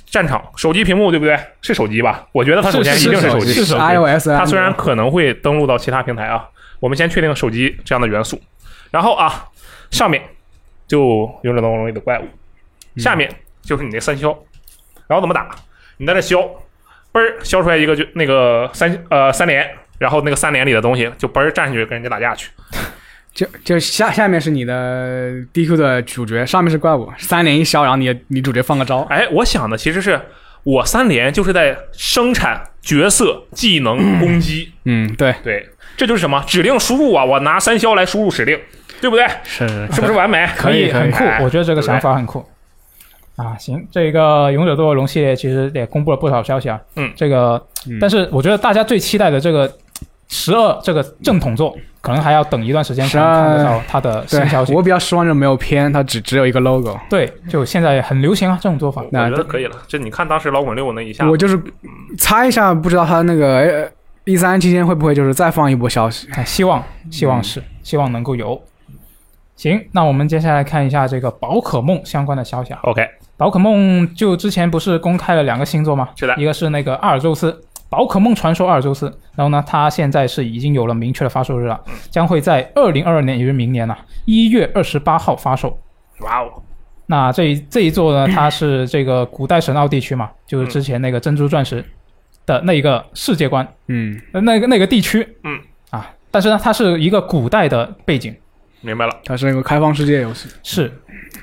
Speaker 2: 战场手机屏幕，对不对？是手机吧？我觉得它首先一
Speaker 1: 是
Speaker 2: 定
Speaker 1: 是
Speaker 2: 手
Speaker 1: 手机
Speaker 2: 机。
Speaker 1: 是手机
Speaker 3: iOS，
Speaker 2: 它虽然
Speaker 3: 安卓
Speaker 2: 可能会登录到其他平台啊，我们先确定手机这样的元素。然后啊，上面就《勇者斗恶龙》里的怪物，下面就是你那三消，然后怎么打？你在这消，嘣儿消出来一个就那个三呃三连，然后那个三连里的东西就嘣儿站上去跟人家打架去。
Speaker 3: 就就下下面是你的 DQ 的主角，上面是怪物，三连一消，然后你你主角放个招，
Speaker 2: 哎，我想的其实是我三连就是在生产角色、技能、攻击，
Speaker 3: 嗯，对，
Speaker 2: 对，这就是什么指令输入啊，我拿三消来输入指令，对不对？
Speaker 3: 是
Speaker 2: 是不是完美？
Speaker 3: 可以可
Speaker 1: 很
Speaker 3: 以
Speaker 1: 酷
Speaker 2: 哎，
Speaker 1: 我觉得这个
Speaker 2: 对不对
Speaker 1: 想法很酷。啊，行，这个《勇者斗恶龙》系列其实也公布了不少消息啊。
Speaker 2: 嗯
Speaker 1: 这个
Speaker 3: 嗯，
Speaker 1: 但是我觉得大家最期待的这个十二这个正统作，可能还要等一段时间才能看得到它的新消息
Speaker 3: 对，。我比较失望就是没有片，它只只有一个 logo，
Speaker 1: 对，就现在很流行啊，这种做法。
Speaker 3: 嗯
Speaker 2: 我觉得可以了。这你看当时老滚六那一下，
Speaker 3: 我就是猜一下，不知道它那个一三期间会不会就是再放一波消息，
Speaker 1: 哎，希望
Speaker 3: 嗯
Speaker 1: 希望是，希望能够有。行，那我们接下来看一下这个宝可梦相关的消息啊。
Speaker 2: OK，
Speaker 1: 宝可梦就之前不是公开了两个新作吗？
Speaker 2: 是的
Speaker 3: 嗯
Speaker 1: 一个是那个阿尔宙斯，宝可梦传说阿尔宙斯。然后呢，它现在是已经有了明确的发售日
Speaker 2: 嗯
Speaker 1: 了，将会在二零二二年，也就是明年呐、啊一月二十八号发售。
Speaker 2: 哇哦，
Speaker 1: 那这一这一座呢，它是这个古代神奥地区
Speaker 2: 嗯
Speaker 1: 嘛，就是之前那个珍珠钻石的那一个世界观，
Speaker 3: 嗯，
Speaker 1: 呃那个那个地区，
Speaker 2: 嗯
Speaker 1: 啊，但是呢，它是一个古代的背景，
Speaker 2: 明白了，
Speaker 3: 它是一个开放世界游戏，
Speaker 1: 是。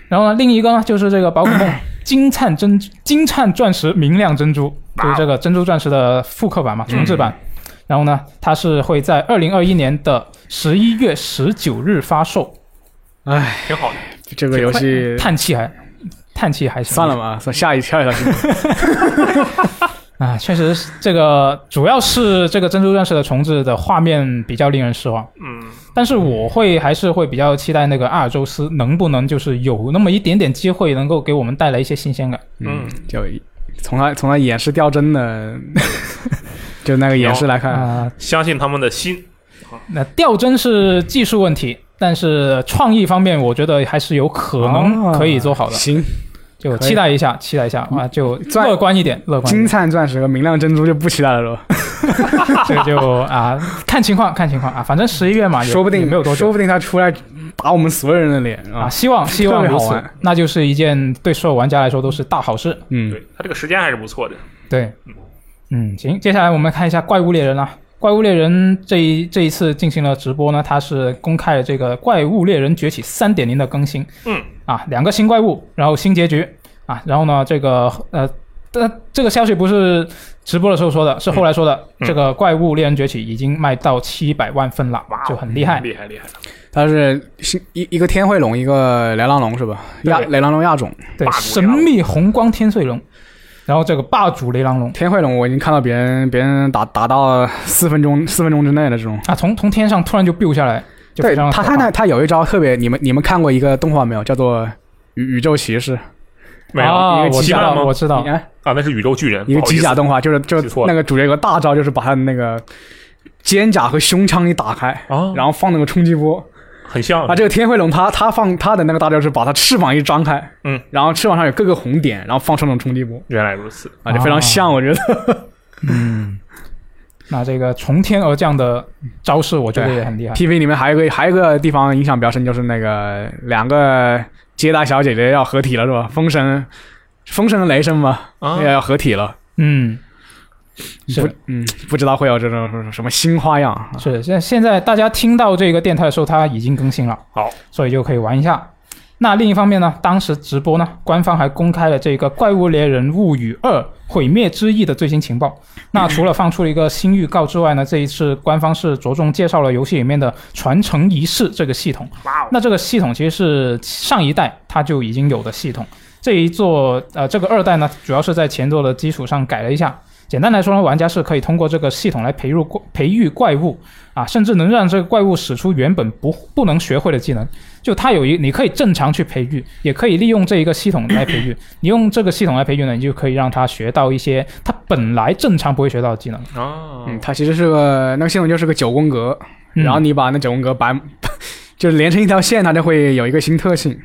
Speaker 1: 然后呢，另一个呢就是这个宝可 梦金灿珍金灿钻石明亮珍珠，
Speaker 3: 哦
Speaker 1: 就是这个珍珠钻石的复刻版嘛，重制版。
Speaker 3: 嗯
Speaker 1: 然后呢，它是会在二零二一年的十一月十九日发售。
Speaker 3: 唉，
Speaker 2: 挺好的。
Speaker 3: 这个游戏
Speaker 1: 叹气还叹气还行，
Speaker 3: 算了吧，算下一跳一下 去，
Speaker 1: 啊，确实是这个主要是这个珍珠钻石的重置的画面比较令人失望，
Speaker 2: 嗯，
Speaker 1: 但是我会还是会比较期待那个阿尔宙斯能不能就是有那么一点点机会能够给我们带来一些新鲜感。
Speaker 2: 嗯，
Speaker 3: 就从它从它演示掉帧的， 就那个演示来看，
Speaker 1: 啊、
Speaker 2: 相信他们的心。
Speaker 1: 那掉帧是技术问题，但是创意方面我觉得还是有可能可以做好的，
Speaker 3: 啊行，
Speaker 1: 就期待一下，期待一下
Speaker 3: 嗯
Speaker 1: 啊，就
Speaker 3: 钻
Speaker 1: 乐观一点，乐观一
Speaker 3: 金
Speaker 1: 点，
Speaker 3: 灿钻石和明亮珍珠就不期待了咯，
Speaker 1: 这个就啊看情况看情况啊，反正十一月嘛，也
Speaker 3: 说不
Speaker 1: 也
Speaker 3: 定
Speaker 1: 没有多久
Speaker 3: 说不定它出来打我们所有人的脸
Speaker 1: 啊，
Speaker 3: 啊，
Speaker 1: 希望希望
Speaker 3: 特别
Speaker 1: 如
Speaker 3: 好
Speaker 1: 此
Speaker 3: 玩，
Speaker 1: 那就是一件对所有玩家来说都是大好事。
Speaker 3: 嗯，
Speaker 2: 对他这个时间还是不错的。
Speaker 1: 对，嗯，行，接下来我们看一下《怪物猎人》啊，《怪物猎人》这一这一次进行了直播呢，它是公开了这个《怪物猎人崛起3.0》的更新
Speaker 2: 嗯，
Speaker 1: 啊，两个新怪物，然后新结局啊，然后呢，这个呃。但这个消息不是直播的时候说的，是后来说的。
Speaker 2: 嗯
Speaker 1: 这个《怪物猎人崛起》已经卖到七百万份了，
Speaker 2: 哇哦，
Speaker 1: 就很厉害。
Speaker 2: 厉害厉害。
Speaker 3: 哦它是新一一个天慧龙，一个雷狼龙是吧？
Speaker 2: 对
Speaker 3: 亚雷狼龙亚种，
Speaker 1: 对，
Speaker 2: 霸主
Speaker 1: 神
Speaker 2: 猎狼
Speaker 1: 秘红光天穗龙，然后这个霸主雷狼龙，
Speaker 3: 天慧龙我已经看到别人别人打打到四分钟四分钟之内的这种。
Speaker 1: 啊，从从天上突然就 biu 下来，就
Speaker 3: 对
Speaker 1: 非常
Speaker 3: 他
Speaker 1: 的
Speaker 3: 他
Speaker 1: 可怕
Speaker 3: 那他有一招特别，你们你们看过一个动画没有？叫做宇宇宙骑士，
Speaker 2: 没有
Speaker 1: 啊，
Speaker 3: 一个
Speaker 1: 我
Speaker 2: 鸡
Speaker 1: 知
Speaker 2: 蛋
Speaker 1: 道，
Speaker 2: 吗
Speaker 1: 我知道
Speaker 3: 你，看
Speaker 2: 啊，那是宇宙巨人，
Speaker 3: 一个
Speaker 2: 不好意
Speaker 3: 机
Speaker 2: 思
Speaker 3: 甲动画，就是就
Speaker 2: 记错了
Speaker 3: 那个主角有个大招，就是把他的那个肩胛和胸腔一打开。
Speaker 2: 啊，
Speaker 1: 嗯
Speaker 3: 然后放那个冲击波
Speaker 2: 很像
Speaker 3: 哦啊，这个天慧龙它它放它的那个大招是把它翅膀一张开，
Speaker 2: 嗯，
Speaker 3: 然后翅膀上有各个红点，然后放出那种冲击波
Speaker 2: 原来如此。
Speaker 3: 啊，就非常像，我觉得。
Speaker 1: 嗯，那这个从天而降的招 式，我觉得也很厉害
Speaker 3: PV 里面还有一个还有一个地方影响比较深，就是那个两个接达小姐姐要合体了是吧？风神，风神雷神嘛，
Speaker 2: 啊
Speaker 3: 要要合体了，
Speaker 1: 嗯，是
Speaker 3: 不，嗯，不知道会有这种什么新花样啊。
Speaker 1: 是，现现在大家听到这个电台的时候，它已经更新了，
Speaker 2: 好，
Speaker 1: 所以就可以玩一下。那另一方面呢，当时直播呢，官方还公开了这个《怪物猎人物语二：毁灭之翼》的最新情报。那除了放出了一个新预告之外呢，这一次官方是着重介绍了游戏里面的传承仪式这个系统。
Speaker 2: 哇哦，
Speaker 1: 那这个系统其实是上一代它就已经有的系统，这一座呃这个二代呢，主要是在前作的基础上改了一下。简单来说呢，玩家是可以通过这个系统来培入怪培育怪物啊，甚至能让这个怪物使出原本不不能学会的技能。就它有一，你可以正常去培育，也可以利用这一个系统来培育。你用这个系统来培育呢，你就可以让它学到一些它本来正常不会学到的技能。
Speaker 2: 啊，
Speaker 3: 嗯，它其实是个那个系统，就是个九宫格，
Speaker 1: 嗯
Speaker 3: 然后你把那九宫格摆， 就是连成一条线，它就会有一个新特性。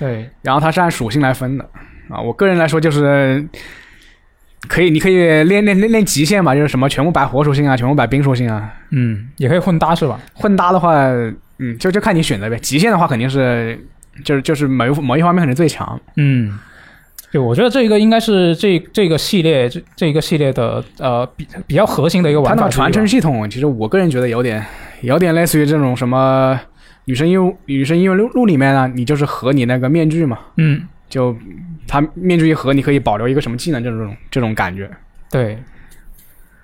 Speaker 1: 对，
Speaker 3: 然后它是按属性来分的啊。我个人来说就是可以，你可以练练练练极限吧，就是什么全部摆火属性啊，全部摆冰属性啊，
Speaker 1: 嗯，也可以混搭是吧？
Speaker 3: 混搭的话，嗯，就就看你选择呗。极限的话肯定是就是就是某一某一方面可能最强，
Speaker 1: 嗯，对，我觉得这个应该是这这个系列这这一个系列的呃比比较核心的一个
Speaker 3: 它
Speaker 1: 玩
Speaker 3: 那
Speaker 1: 法
Speaker 3: 个
Speaker 1: 之一吧。
Speaker 3: 传承系统，其实我个人觉得有点有点类似于这种什么女生英女生英文录录里面啊，你就是合你那个面具嘛，
Speaker 1: 嗯，
Speaker 3: 就它面具一合，你可以保留一个什么技能这种这种感觉。
Speaker 1: 对，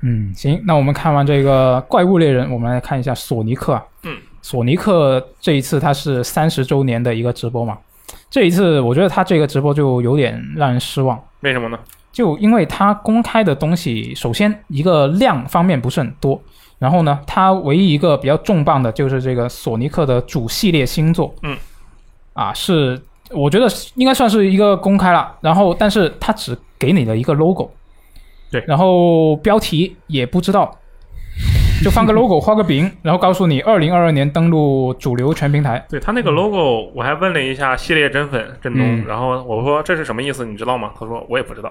Speaker 1: 嗯，行，那我们看完这个《怪物猎人》，我们来看一下索尼克。啊
Speaker 2: 嗯，
Speaker 1: 索尼克这一次它是三十周年的一个直播嘛，这一次我觉得他这个直播就有点让人失望。
Speaker 2: 为什么呢？
Speaker 1: 就因为它公开的东西，首先一个量方面不是很多，然后呢，它唯一一个比较重磅的就是这个索尼克的主系列新作，
Speaker 2: 嗯，
Speaker 1: 啊，是我觉得应该算是一个公开了，然后但是它只给你了一个 logo，
Speaker 2: 对
Speaker 1: 然后标题也不知道。就 放个 logo，画个饼，然后告诉你二零二二年登陆主流全平台。
Speaker 2: 对他那个 logo，我还问了一下系列真粉振东，
Speaker 3: 嗯
Speaker 2: 然后我说这是什么意思，你知道吗？他说我也不知 道，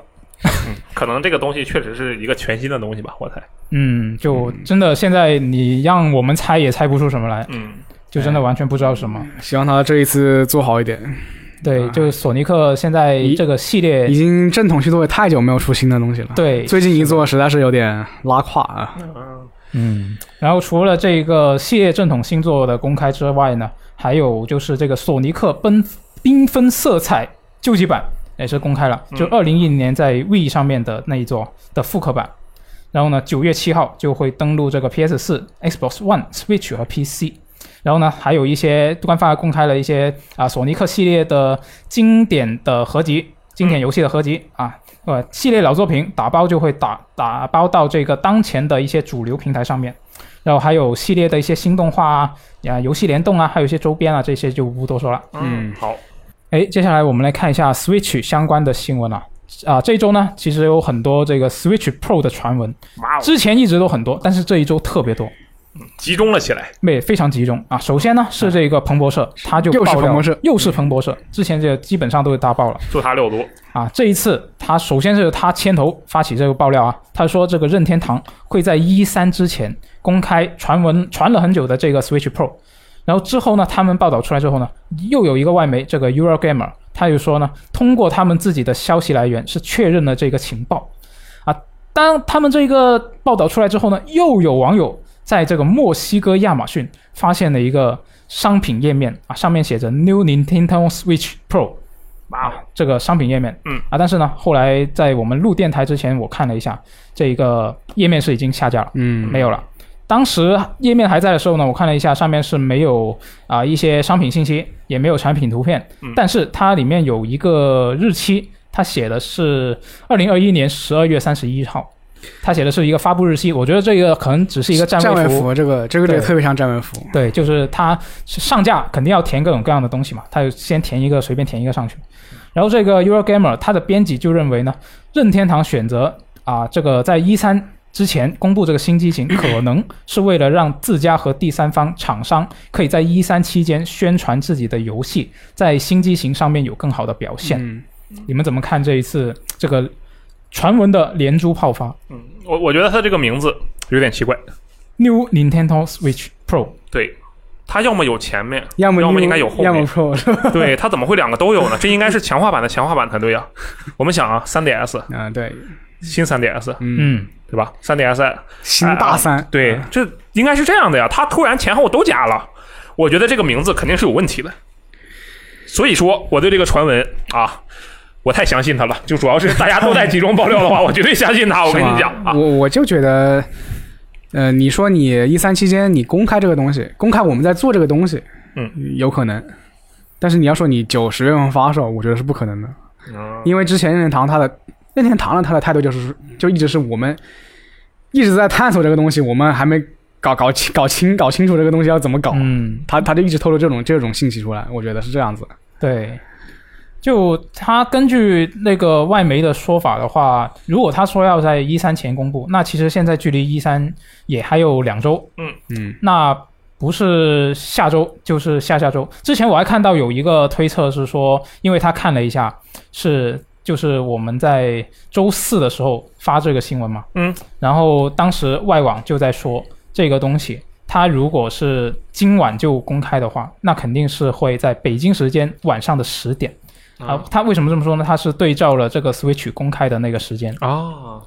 Speaker 2: 嗯可能这个东西确实是一个全新的东西吧，我猜。
Speaker 1: 嗯，就真的现在你让我们猜也猜不出什么来，
Speaker 2: 嗯，
Speaker 1: 就真的完全不知道什么。
Speaker 3: 希望它这一次做好一点，
Speaker 1: 对，就是索尼克现在这个系列
Speaker 3: 已，经正统续作也太久没有出新的东西了。
Speaker 1: 对，
Speaker 3: 最近一做实在是有点拉胯啊。
Speaker 2: 嗯
Speaker 1: 嗯，然后除了这个系列正统星座的公开之外呢，还有就是这个索尼克奔缤纷色彩究极版也是公开了，就二零一零年在 V 上面的那一座的复刻版。然后呢，九月七号就会登陆这个 PS 四、Xbox One、Switch 和 PC。然后呢，还有一些官方还公开了一些啊索尼克系列的经典的合集、经典游戏的合集啊，呃，系列老作品打包就会打打包到这个当前的一些主流平台上面。然后还有系列的一些新动画啊、啊游戏联动啊，还有一些周边啊，这些就不多说了。
Speaker 2: 嗯，好，
Speaker 1: 哎，接下来我们来看一下 Switch 相关的新闻啊。啊，这一周呢，其实有很多这个 Switch Pro 的传闻，
Speaker 2: 哇哦，
Speaker 1: 之前一直都很多，但是这一周特别多，
Speaker 2: 集中了起来。
Speaker 1: 也非常集中啊。首先呢是这个彭博社，他就
Speaker 3: 又是
Speaker 1: 爆料
Speaker 3: 彭博社，
Speaker 1: 又是彭博社，之前这个基本上都是大爆了。
Speaker 2: 就他六多，
Speaker 1: 啊，这一次他首先是他牵头发起这个爆料啊，他说这个任天堂会在一三之前公开传闻传了很久的这个 Switch Pro，然后之后呢，他们报道出来之后呢，又有一个外媒这个 Eurogamer，他又说呢，通过他们自己的消息来源是确认了这个情报啊。当他们这个报道出来之后呢，又有网友在这个墨西哥亚马逊发现了一个商品页面啊，上面写着 New Nintendo Switch Pro。
Speaker 2: 哇哦
Speaker 1: 啊，这个商品页面，
Speaker 2: 嗯
Speaker 1: 啊，但是呢，后来在我们录电台之前，我看了一下，这一个页面是已经下架了，
Speaker 3: 嗯，
Speaker 1: 没有了。当时页面还在的时候呢，我看了一下，上面是没有啊、一些商品信息，也没有产品图片
Speaker 2: 嗯，
Speaker 1: 但是它里面有一个日期，它写的是二零二一年十二月三十一号，它写的是一个发布日期。我觉得这个可能只是一个占
Speaker 3: 站
Speaker 1: 位
Speaker 3: 位
Speaker 1: 符，
Speaker 3: 服，这个这个这个
Speaker 1: 对
Speaker 3: 特别像站位服。嗯
Speaker 1: 对，就是它上架肯定要填各种各样的东西嘛，它就先填一个，随便填一个上去。然后这个 Eurogamer 它的编辑就认为呢，任天堂选择啊、这个在一三之前公布这个新机型，可能是为了让自家和第三方厂商可以在一三期间宣传自己的游戏，在新机型上面有更好的表现。
Speaker 3: 嗯，
Speaker 1: 你们怎么看这一次这个传闻的连珠炮发
Speaker 2: 嗯，我我觉得他这个名字有点奇怪。
Speaker 1: New Nintendo Switch Pro？
Speaker 2: 对，它要么有前 面，
Speaker 3: 要么
Speaker 2: 要么
Speaker 3: new，
Speaker 2: 应该有后
Speaker 3: 要么
Speaker 2: 面
Speaker 3: Pro 是吧？
Speaker 2: 对，它怎么会两个都有呢？这应该是强化版的强化版才对 啊。我们想啊，3 DS
Speaker 3: 嗯，对，
Speaker 2: 新3 DS
Speaker 3: 嗯，
Speaker 1: 嗯，
Speaker 2: 对吧？3 DS
Speaker 3: 新大三，
Speaker 2: 啊
Speaker 3: 嗯
Speaker 2: 对，这应该是这样的呀。它突然前后都加了，我觉得这个名字肯定是有问题的。所以说，我对这个传闻啊，我太相信它了。就主要是大家都在集中爆料的 话，我绝对相信它。我
Speaker 3: 是
Speaker 2: 跟
Speaker 3: 吗，
Speaker 2: 你讲啊，
Speaker 3: 我我就觉得，呃，你说你一三期间你公开这个东西，公开我们在做这个东西，
Speaker 2: 嗯，
Speaker 3: 有可能。但是你要说你九十月份发售，我觉得是不可能的，
Speaker 1: 啊
Speaker 2: 嗯
Speaker 3: 因为之前任天堂它的任天堂的它的态度就是，就一直是我们一直在探索这个东西，我们还没搞搞清搞清搞清楚这个东西要怎么搞，
Speaker 1: 嗯，
Speaker 3: 他他就一直透露这种这种信息出来，我觉得是这样子。
Speaker 1: 对，就他根据那个外媒的说法的话，如果他说要在一三前公布，那其实现在距离一三也还有两周，
Speaker 3: 嗯
Speaker 1: 那不是下周就是下下周。之前我还看到有一个推测是说，因为他看了一下，是就是我们在周四的时候发这个新闻嘛，
Speaker 2: 嗯，
Speaker 1: 然后当时外网就在说这个东西。它如果是今晚就公开的话，那肯定是会在北京时间晚上的十点
Speaker 2: 嗯
Speaker 1: 啊。它为什么这么说呢？它是对照了这个 Switch 公开的那个时间，
Speaker 2: 啊，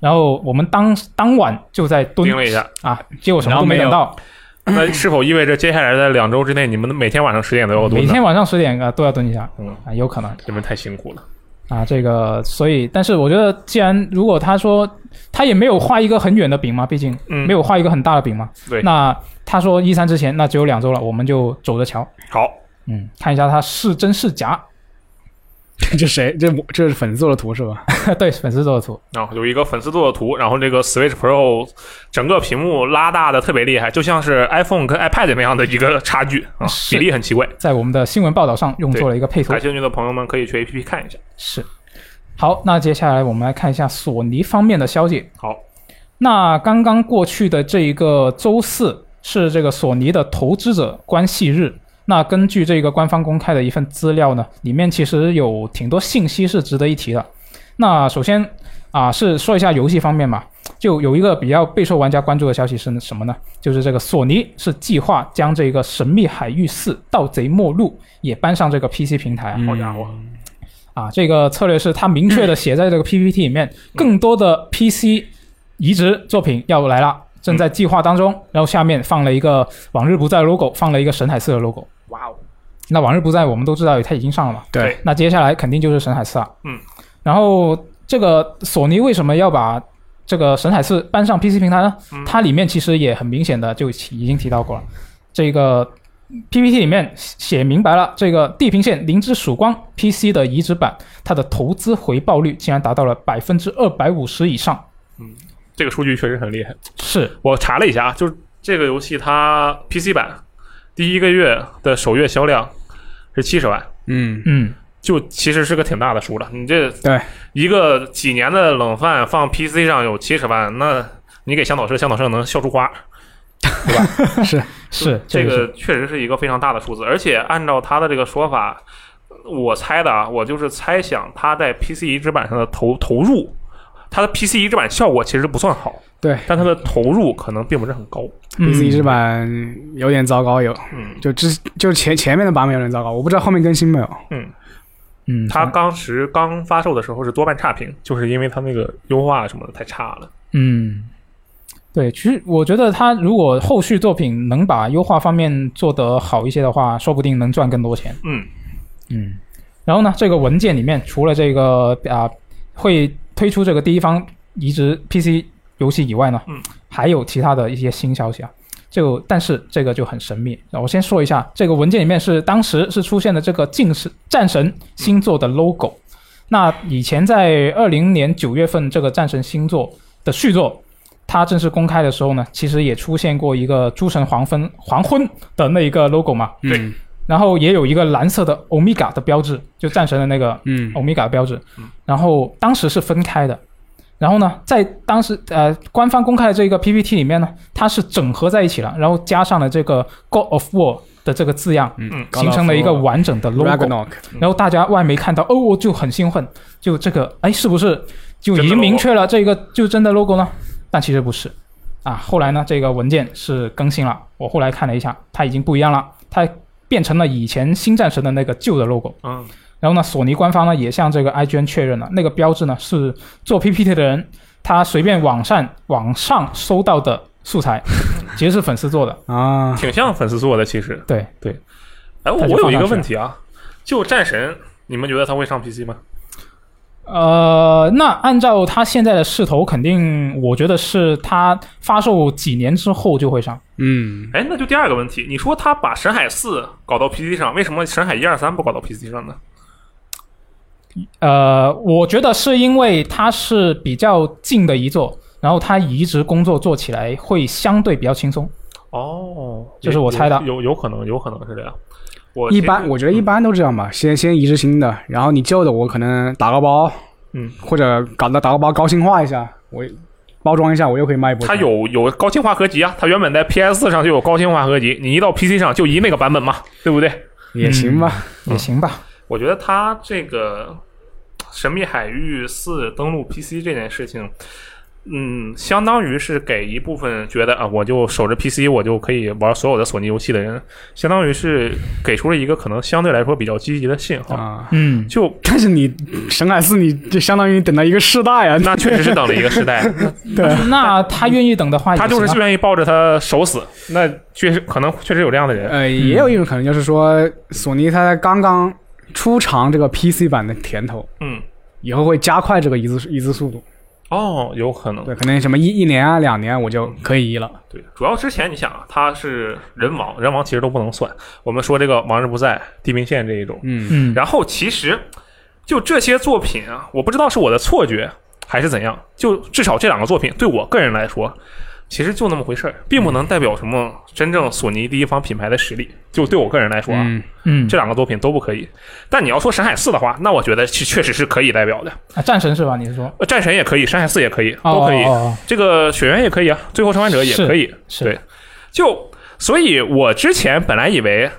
Speaker 1: 然后我们当当晚就在蹲
Speaker 2: 定位一下，
Speaker 1: 啊，结果什么都没
Speaker 3: 然
Speaker 1: 等
Speaker 3: 后没有
Speaker 1: 到，
Speaker 2: 那是否意味着接下来的两周之内，你们每天晚上十点都要蹲
Speaker 1: 每
Speaker 2: 呢？
Speaker 1: 天晚上十点啊都要蹲一下，
Speaker 2: 嗯
Speaker 1: 啊，有可能
Speaker 2: 你们太辛苦了。
Speaker 1: 啊，这个所以，但是我觉得，既然如果他说他也没有画一个很远的饼嘛，毕竟
Speaker 2: 嗯
Speaker 1: 没有画一个很大的饼嘛，
Speaker 2: 对
Speaker 1: 那他说一三之前，那只有两周了，我们就走着瞧，
Speaker 2: 好，
Speaker 1: 嗯，看一下他是真是假，
Speaker 3: 这谁？这这是粉丝做的图是 吧？
Speaker 1: 对，粉丝做的图，
Speaker 2: 啊、有一个粉丝做的图，然后这个 Switch Pro 整个屏幕拉大的特别厉害，就像是 iPhone 跟 iPad 那样的一个差距啊，
Speaker 1: 是
Speaker 2: 比例很奇怪。
Speaker 1: 在我们的新闻报道上用作了一个配图
Speaker 2: 感，兴趣的朋友们可以去 APP 看一下。
Speaker 1: 是。好，那接下来我们来看一下索尼方面的消息，
Speaker 2: 好，
Speaker 1: 那刚刚过去的这一个周四是这个索尼的投资者关系日。那根据这个官方公开的一份资料呢，里面其实有挺多信息是值得一提的。那首先啊，是说一下游戏方面嘛，就有一个比较备受玩家关注的消息是什么呢？就是这个索尼是计划将这个《神秘海域四：盗贼末路》也搬上这个 PC 平台啊。
Speaker 2: 好家伙，
Speaker 1: 啊，这个策略是他明确的写在这个 PPT 里面，更多的 PC 移植作品要来了，正在计划当中。然后下面放了一个“往日不再” logo，放了一个神海四的 logo。
Speaker 2: 哇哦，
Speaker 1: 那“往日不再”我们都知道它已经上了嘛，
Speaker 2: 对
Speaker 1: 那接下来肯定就是神海四啊。
Speaker 2: 嗯，
Speaker 1: 然后这个索尼为什么要把这个神海四搬上 PC 平台呢？
Speaker 2: 嗯
Speaker 1: 它里面其实也很明显的就已经提到过了，这个 PPT 里面写明白了，这个《地平线：零之曙光》PC 的移植版，它的投资回报率竟然达到了百分之二百五十以上，
Speaker 2: 这个数据确实很厉害。
Speaker 1: 是
Speaker 2: 我查了一下啊，就是这个游戏它 PC 版第一个月的首月销量是七十万，
Speaker 3: 嗯，
Speaker 1: 嗯。
Speaker 2: 就其实是个挺大的数了。你这
Speaker 3: 对
Speaker 2: 一个几年的冷饭放 PC 上有七十万，那你给香草社，香草社能笑出花。
Speaker 1: 是
Speaker 2: 这
Speaker 1: 是
Speaker 2: 个确实是一个非常大的数字，而且按照他的这个说法，我猜的啊，我就是猜想他在 PC 移植版上的投投入，他的 PC 移植版效果其实不算好，
Speaker 3: 对
Speaker 2: 但他的投入可能并不是很高。
Speaker 3: ，PC 移植
Speaker 1: 嗯
Speaker 3: 版有点糟糕，有
Speaker 2: 嗯
Speaker 3: 就之就前前面的版本有点糟糕，我不知道后面更新没有。
Speaker 2: 嗯，
Speaker 1: 嗯，
Speaker 2: 他当时刚发售的时候是多半差评，就是因为他那个优化什么的太差了。
Speaker 1: 嗯，对，其实我觉得他如果后续作品能把优化方面做得好一些的话，说不定能赚更多钱。
Speaker 2: 嗯
Speaker 1: 嗯，然后呢，这个文件里面除了这个啊、会推出这个第一方移植 PC 游戏以外呢，
Speaker 2: 嗯，
Speaker 1: 还有其他的一些新消息啊。就但是这个就很神秘。我先说一下，这个文件里面是当时是出现的这个镜神战神星座的 logo。那以前在二零年九月份，这个战神星座的续作，它正式公开的时候呢，其实也出现过一个诸神黄昏黄昏的那一个 logo 嘛，
Speaker 2: 对
Speaker 3: 嗯
Speaker 1: 然后也有一个蓝色的欧米伽的标志，就战神的那个
Speaker 3: 嗯
Speaker 1: 欧米伽标志
Speaker 2: 嗯，
Speaker 1: 然后当时是分开的。然后呢，在当时呃官方公开的这个 PPT 里面呢，它是整合在一起了，然后加上了这个 God of War 的这个字样，
Speaker 2: 嗯
Speaker 1: 形成了一个完整的
Speaker 3: r a
Speaker 1: logo
Speaker 3: g n。a r
Speaker 1: 然后大家外媒看到，哦，我就很兴奋，就这个，哎，是不是就已
Speaker 2: 真的
Speaker 1: 经
Speaker 2: logo
Speaker 1: 明确了这个就真的 logo 呢？但其实不是，啊，后来呢，这个文件是更新了，我后来看了一下，它已经不一样了，它变成了以前新战神的那个旧的 logo。
Speaker 2: 嗯，
Speaker 1: 然后呢，索尼官方呢也向这个 IGN 确认了，那个标志呢是做 PPT 的人他随便网上网上搜到的素材，其实是粉丝做的。
Speaker 3: 啊，
Speaker 2: 挺像粉丝做的，其实。
Speaker 1: 对，
Speaker 2: 哎，
Speaker 1: 他就
Speaker 2: 我有
Speaker 1: 放
Speaker 2: 一
Speaker 1: 上
Speaker 2: 个
Speaker 1: 去
Speaker 2: 问题啊，就战神，你们觉得他会上 PC 吗？
Speaker 1: 呃，那按照他现在的势头，肯定我觉得是他发售几年之后就会上。
Speaker 3: 嗯，
Speaker 2: 哎，那就第二个问题，你说他把《神海四》搞到 PC 上，为什么《神海一二三》不搞到 PC 上呢？
Speaker 1: 呃，我觉得是因为它是比较近的一座，然后它移植工作做起来会相对比较轻松。
Speaker 2: 哦，
Speaker 1: 这是我猜的
Speaker 2: 有有有可能，有可能是这样。我嗯
Speaker 3: 一
Speaker 2: 其实
Speaker 3: 般我觉得一般都这样吧，先先移植新的，然后你旧的我可能打个包，
Speaker 2: 嗯，
Speaker 3: 或者搞到打个包高清化一下，我包装一下，我又可以卖一波钱。
Speaker 2: 它有有高清化合集啊，它原本在 PS 上就有高清化合集，你一到 PC 上就一那个版本嘛，对不对？
Speaker 3: 也行吧，
Speaker 1: 也行吧。
Speaker 2: 我觉得它这个《神秘海域四》登陆 PC 这件事情，嗯，相当于是给一部分觉得啊，我就守着 PC，我就可以玩所有的索尼游戏的人，相当于是给出了一个可能相对来说比较积极的信号。
Speaker 3: 啊。
Speaker 1: 嗯，
Speaker 2: 就
Speaker 3: 但是你神海四，你就相当于等到一个世代啊。
Speaker 2: 那确实是等了一个时 代，
Speaker 1: 那他愿意等的话也行
Speaker 2: 他
Speaker 1: 啊，
Speaker 2: 就是愿意抱着他守死。那确实可能确实有这样的人，
Speaker 3: 呃，也有一种可能就是说，索尼它刚刚出尝这个 PC 版的甜头，
Speaker 2: 嗯，
Speaker 3: 以后会加快这个移植移植速度。
Speaker 2: 哦，有可能。
Speaker 3: 对，可能什么一一年啊、两年我就可以移了。
Speaker 2: 对，主要之前你想啊，他是人王，人王其实都不能算。我们说这个王日不在地平线这一种，
Speaker 3: 嗯
Speaker 1: 嗯，
Speaker 2: 然后其实就这些作品啊，我不知道是我的错觉还是怎样，就至少这两个作品对我个人来说，其实就那么回事儿，并不能代表什么真正索尼第一方品牌的实力。就对我个人来说啊，
Speaker 3: 嗯，
Speaker 1: 嗯
Speaker 2: 这两个作品都不可以。但你要说《神海四》的话，那我觉得是确实是可以代表的，
Speaker 1: 啊，战神是吧？你是说
Speaker 2: 呃战神也可以，《神海四》也可以，都可以。
Speaker 1: 哦哦哦
Speaker 2: 这个雪原也可以啊，最后生还者也可以，
Speaker 1: 是是
Speaker 2: 对。就所以，我之前本来以为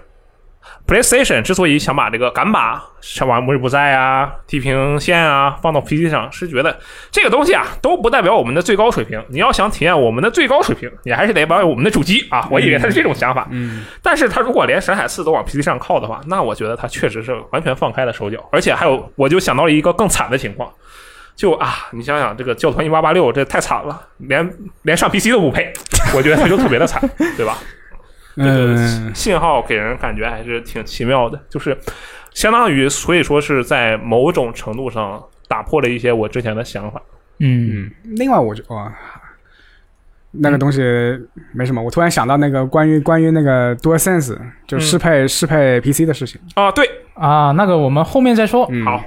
Speaker 2: PlayStation 之所以想把这个敢把像玩《末日不在》啊、《地平线》啊放到 PC 上，是觉得这个东西啊都不代表我们的最高水平。你要想体验我们的最高水平，你还是得玩我们的主机啊。我以为他是这种想法，
Speaker 3: 嗯，
Speaker 2: 但是他如果连《神海四》都往 PC 上靠的话，那我觉得他确实是完全放开了手脚，而且还有，我就想到了一个更惨的情况，就啊，你想想这个《教团一八八六》这太惨了，连连上 PC 都不配，我觉得他就特别的惨，对吧？这个
Speaker 3: 嗯，
Speaker 2: 信号给人感觉还是挺奇妙的，就是相当于，所以说是在某种程度上打破了一些我之前的想法。
Speaker 1: 嗯
Speaker 3: 另外我就哇，那个东西没什么。我突然想到那个关于关于那个 DualSense 就适配适配 PC 的事情。
Speaker 2: 啊，对，
Speaker 1: 啊，那个我们后面再说
Speaker 3: 嗯，
Speaker 2: 好，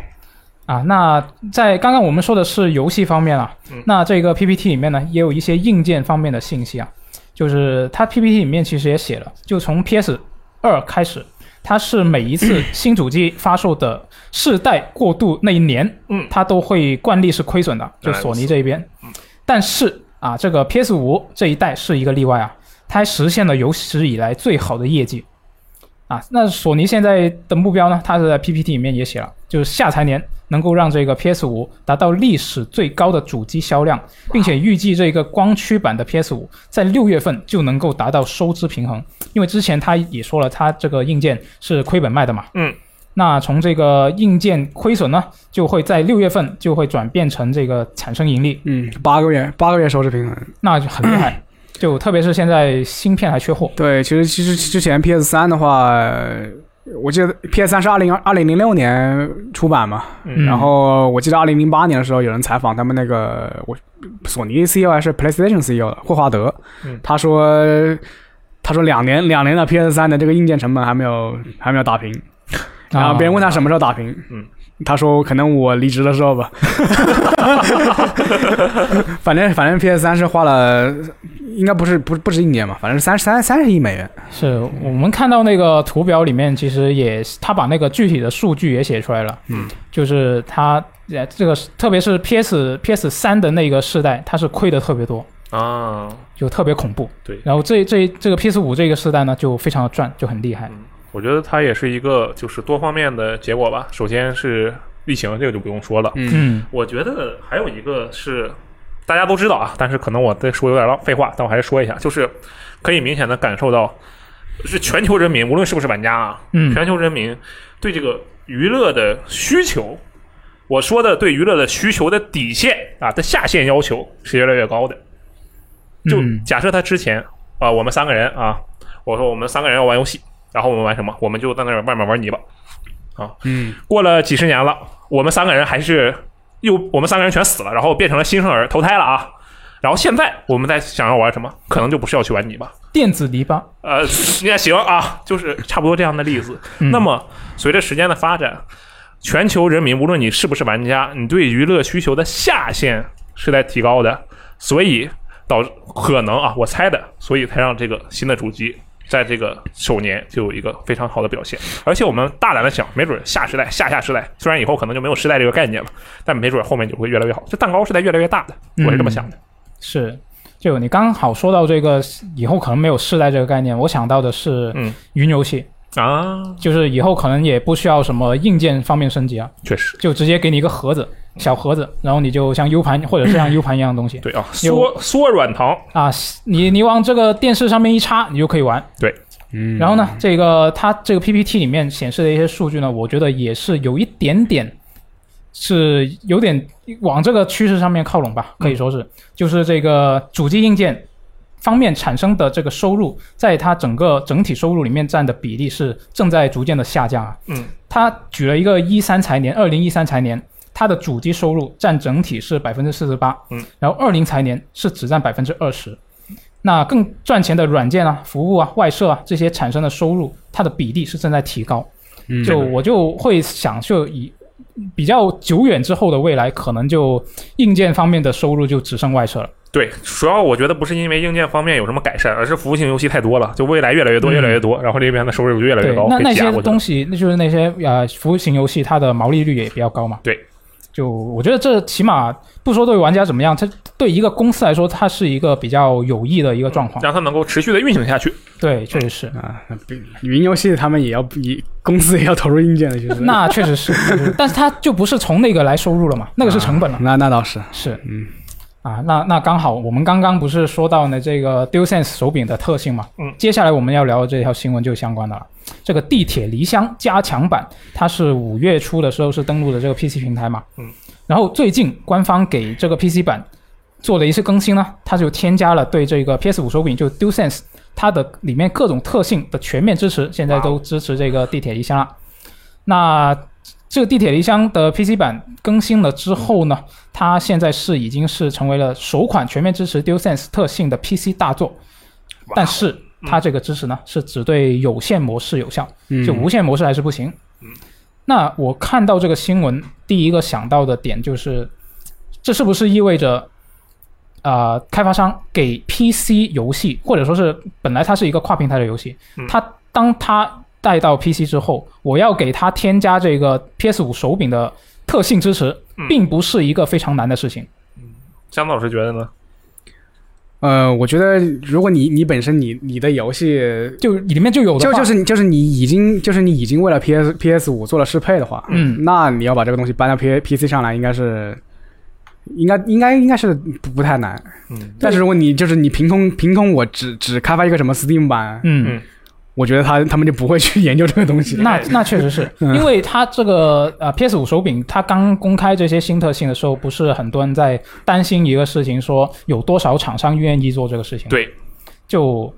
Speaker 1: 啊。那在刚刚我们说的是游戏方面啊
Speaker 2: 嗯，
Speaker 1: 那这个 PPT 里面呢也有一些硬件方面的信息啊，就是它 PPT 里面其实也写了，就从 PS 二开始。它是每一次新主机发售的世代过渡那一年，
Speaker 2: 嗯哎
Speaker 1: 它都会惯例是亏损的，就
Speaker 2: 原来如
Speaker 1: 索尼
Speaker 2: 此
Speaker 1: 这边。但是啊，这个 PS 五这一代是一个例外啊，它还实现了有史以来最好的业绩啊。那索尼现在的目标呢，它是在 PPT 里面也写了，就是下财年能够让这个 PS 五达到历史最高的主机销量，并且预计这个光驱版的 PS 五在六月份就能够达到收支平衡，因为之前他也说了，他这个硬件是亏本卖的嘛。
Speaker 2: 嗯。
Speaker 1: 那从这个硬件亏损呢，就会在六月份就会转变成这个产生盈利，
Speaker 3: 嗯，八个月八个月收支平衡。
Speaker 1: 那就很厉害。就特别是现在芯片还缺货，
Speaker 3: 对，其实其实之前 PS 三的话，我记得 PS 三是二零二零零六年出版嘛，
Speaker 1: 嗯
Speaker 3: 然后我记得二零零八年的时候，有人采访他们那个我索尼 CEO 还是 PlayStation CEO 的霍华德，
Speaker 2: 嗯
Speaker 3: 他说他说两年两年的 PS 三的这个硬件成本还没有还没有打平，然啊
Speaker 1: 啊
Speaker 3: 后别人问他什么时候打平，
Speaker 2: 嗯
Speaker 3: 他说可能我离职的时候吧， 反正反正 PS 三是花了，应该不是不不止一年嘛，反正是三三三十亿美元。
Speaker 1: 是我们看到那个图表里面，其实也他把那个具体的数据也写出来了，
Speaker 2: 嗯，
Speaker 1: 就是他呃这个特别是 PS PS 三的那个世代，它是亏的特别多，
Speaker 2: 啊，
Speaker 1: 就特别恐怖。
Speaker 2: 对
Speaker 1: 然后这这这个 PS 五这个世代呢，就非常的赚，就很厉害。
Speaker 2: 我觉得它也是一个就是多方面的结果吧。首先是疫情，这个就不用说了。
Speaker 3: 嗯
Speaker 1: 嗯
Speaker 2: 我觉得还有一个是大家都知道啊，但是可能我在说有点浪废话，但我还是说一下，就是可以明显的感受到，是全球人民无论是不是玩家啊，
Speaker 1: 嗯
Speaker 2: 全球人民对这个娱乐的需求，我说的对娱乐的需求的底线啊的下限要求是越来越高的。就
Speaker 1: 嗯
Speaker 2: 假设他之前啊、我们三个人啊，我说我们三个人要玩游戏，然后我们玩什么？我们就在那儿外面玩泥巴。啊
Speaker 3: 嗯，
Speaker 2: 过了几十年了，我们三个人还是又我们三个人全死了，然后变成了新生儿投胎了啊。然后现在我们在想要玩什么，可能就不是要去玩泥巴，
Speaker 1: 电子泥巴，
Speaker 2: 呃， 也行啊，就是差不多这样的例子。
Speaker 1: 嗯
Speaker 2: 那么随着时间的发展，全球人民无论你是不是玩家，你对娱乐需求的下限是在提高的，所以导致可能啊，我猜的，所以才让这个新的主机。在这个首年就有一个非常好的表现，而且我们大胆的想，没准下时代、下下时代，虽然以后可能就没有时代这个概念了，但没准后面就会越来越好。这蛋糕是在越来越大的，我是这么想的。
Speaker 1: 是，就你刚好说到这个以后可能没有世代这个概念，我想到的是
Speaker 2: 嗯
Speaker 1: 云游戏，
Speaker 2: 啊，
Speaker 1: 就是以后可能也不需要什么硬件方面升级啊，
Speaker 2: 确实，
Speaker 1: 就直接给你一个盒子，小盒子，然后你就像 U 盘或者是像 U 盘一样的东西
Speaker 2: 对啊，
Speaker 1: 有
Speaker 2: 缩缩软 糖，
Speaker 1: 啊，你你往这个电视上面一插，你就可以玩。
Speaker 3: 嗯
Speaker 1: 然后？呢，这个它这个 PPT 里面显示的一些数据呢，我觉得也是有一点点，是有点往这个趋势上面靠拢吧，
Speaker 2: 嗯
Speaker 1: 可以说是，就是这个主机硬件方面产生的这个收入，在它整个整体收入里面占的比例是正在逐渐的下降啊。
Speaker 2: 嗯，
Speaker 1: 他举了一个一三财年，二零一三财年。它的主机收入占整体是百分之四十八，
Speaker 2: 嗯，
Speaker 1: 然后二零财年是只占百分之二十，那更赚钱的软件啊、服务啊、外设啊这些产生的收入，它的比例是正在提高。
Speaker 3: 嗯
Speaker 1: 就我就会想，就以比较久远之后的未来，可能就硬件方面的收入就只剩外设了。
Speaker 2: 对，主要我觉得不是因为硬件方面有什么改善，而是服务性游戏太多了，就未来越来越
Speaker 1: 嗯
Speaker 2: 多，越来越多，然后这边的收入就越来越
Speaker 1: 对
Speaker 2: 高，，
Speaker 1: 那
Speaker 2: 被
Speaker 1: 那
Speaker 2: 挤压
Speaker 1: 些
Speaker 2: 过去了
Speaker 1: 东西，那就是那些呃服务型游戏，它的毛利率也比较高嘛。
Speaker 2: 对，
Speaker 1: 就我觉得这起码不说对玩家怎么样，它对一个公司来说，它是一个比较有益的一个状况。
Speaker 2: 让它能够持续的运行下去。
Speaker 1: 对，确实是。
Speaker 3: 啊，那比云游戏他们也要也公司也要投入硬件的，其实
Speaker 1: 那确实是，但是它就不是从那个来收入了嘛，那个是成本了。
Speaker 3: 啊那那倒是，
Speaker 1: 是，
Speaker 3: 嗯，
Speaker 1: 啊，那那刚好，我们刚刚不是说到呢这个 DualSense 手柄的特性嘛？
Speaker 2: 嗯
Speaker 1: 接下来我们要聊的这条新闻就相关的了。这个地铁离乡加强版，它是五月初的时候是登陆的这个 PC 平台嘛？
Speaker 2: 嗯，
Speaker 1: 然后最近官方给这个 PC 版做了一次更新呢，它就添加了对这个 PS 五手柄，就 DualSense 它的里面各种特性的全面支持，现在
Speaker 2: 哦
Speaker 1: 都支持这个地铁离乡了。那这个地铁离乡的 PC 版更新了之后呢，它现在是已经是成为了首款全面支持 DualSense 特性的 PC 大作，
Speaker 2: 哦
Speaker 1: 但是
Speaker 2: 嗯
Speaker 1: 它这个支持呢是只对有线模式有效，
Speaker 3: 嗯
Speaker 1: 就无线模式还是不行。
Speaker 2: 嗯
Speaker 1: 那我看到这个新闻，第一个想到的点就是，这是不是意味着，呃，开发商给 PC 游戏，或者说是本来它是一个跨平台的游戏
Speaker 2: 嗯，
Speaker 1: 它当它带到 PC 之后，我要给它添加这个 PS 五手柄的特性支持
Speaker 2: 嗯，
Speaker 1: 并不是一个非常难的事情。
Speaker 2: 江老师觉得呢？
Speaker 3: 呃，我觉得如果你你本身你你的游戏
Speaker 1: 就里面就有的
Speaker 3: 就
Speaker 1: 话，
Speaker 3: 就是你就是你已经就是你已经为了 PS PS 五做了适配的话，
Speaker 1: 嗯
Speaker 3: 那你要把这个东西搬到 P PC 上来，应该是应该应该应该是不不太难。
Speaker 2: 嗯
Speaker 3: 但是如果你就是你凭空凭空我只只开发一个什么 Steam 版，
Speaker 1: 嗯
Speaker 2: 嗯
Speaker 3: 我觉得他他们就不会去 研究这个东西。
Speaker 1: 那那确实是
Speaker 3: 嗯
Speaker 1: 因为它这个呃 PS 五手柄，它刚公开这些新特性的时候，不是很多人在担心一个事情，说有多少厂商愿意做这个事情？，
Speaker 2: 对，
Speaker 1: 就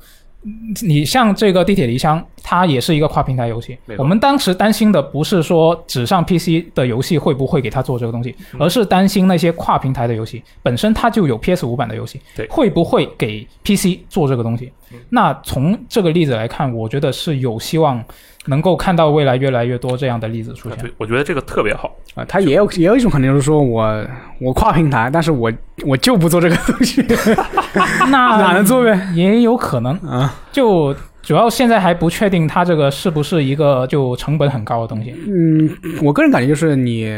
Speaker 1: 嗯你像这个《地铁离乡》，它也是一个跨平台游戏
Speaker 2: 没。错
Speaker 1: 我们当时担心的不是说只上 PC 的游戏会不会给它做这个东西，
Speaker 2: 嗯
Speaker 1: 而是担心那些跨平台的游戏本身它就有 PS 五版的游戏
Speaker 2: 对，
Speaker 1: 会不会给 PC 做这个东西
Speaker 2: 嗯？
Speaker 1: 那从这个例子来看，我觉得是有希望能够看到未来越来越多这样的例子出
Speaker 2: 啊
Speaker 1: 现。
Speaker 2: 对，我觉得这个特别好。
Speaker 3: 啊，他也有也有一种可能就是说我我跨平台，但是我我就不做这个东西，
Speaker 1: 那
Speaker 3: 哪能做呗？
Speaker 1: 也有可能
Speaker 3: 啊，
Speaker 1: 就主要现在还不确定它这个是不是一个就成本很高的东西。
Speaker 3: 嗯，我个人感觉就是你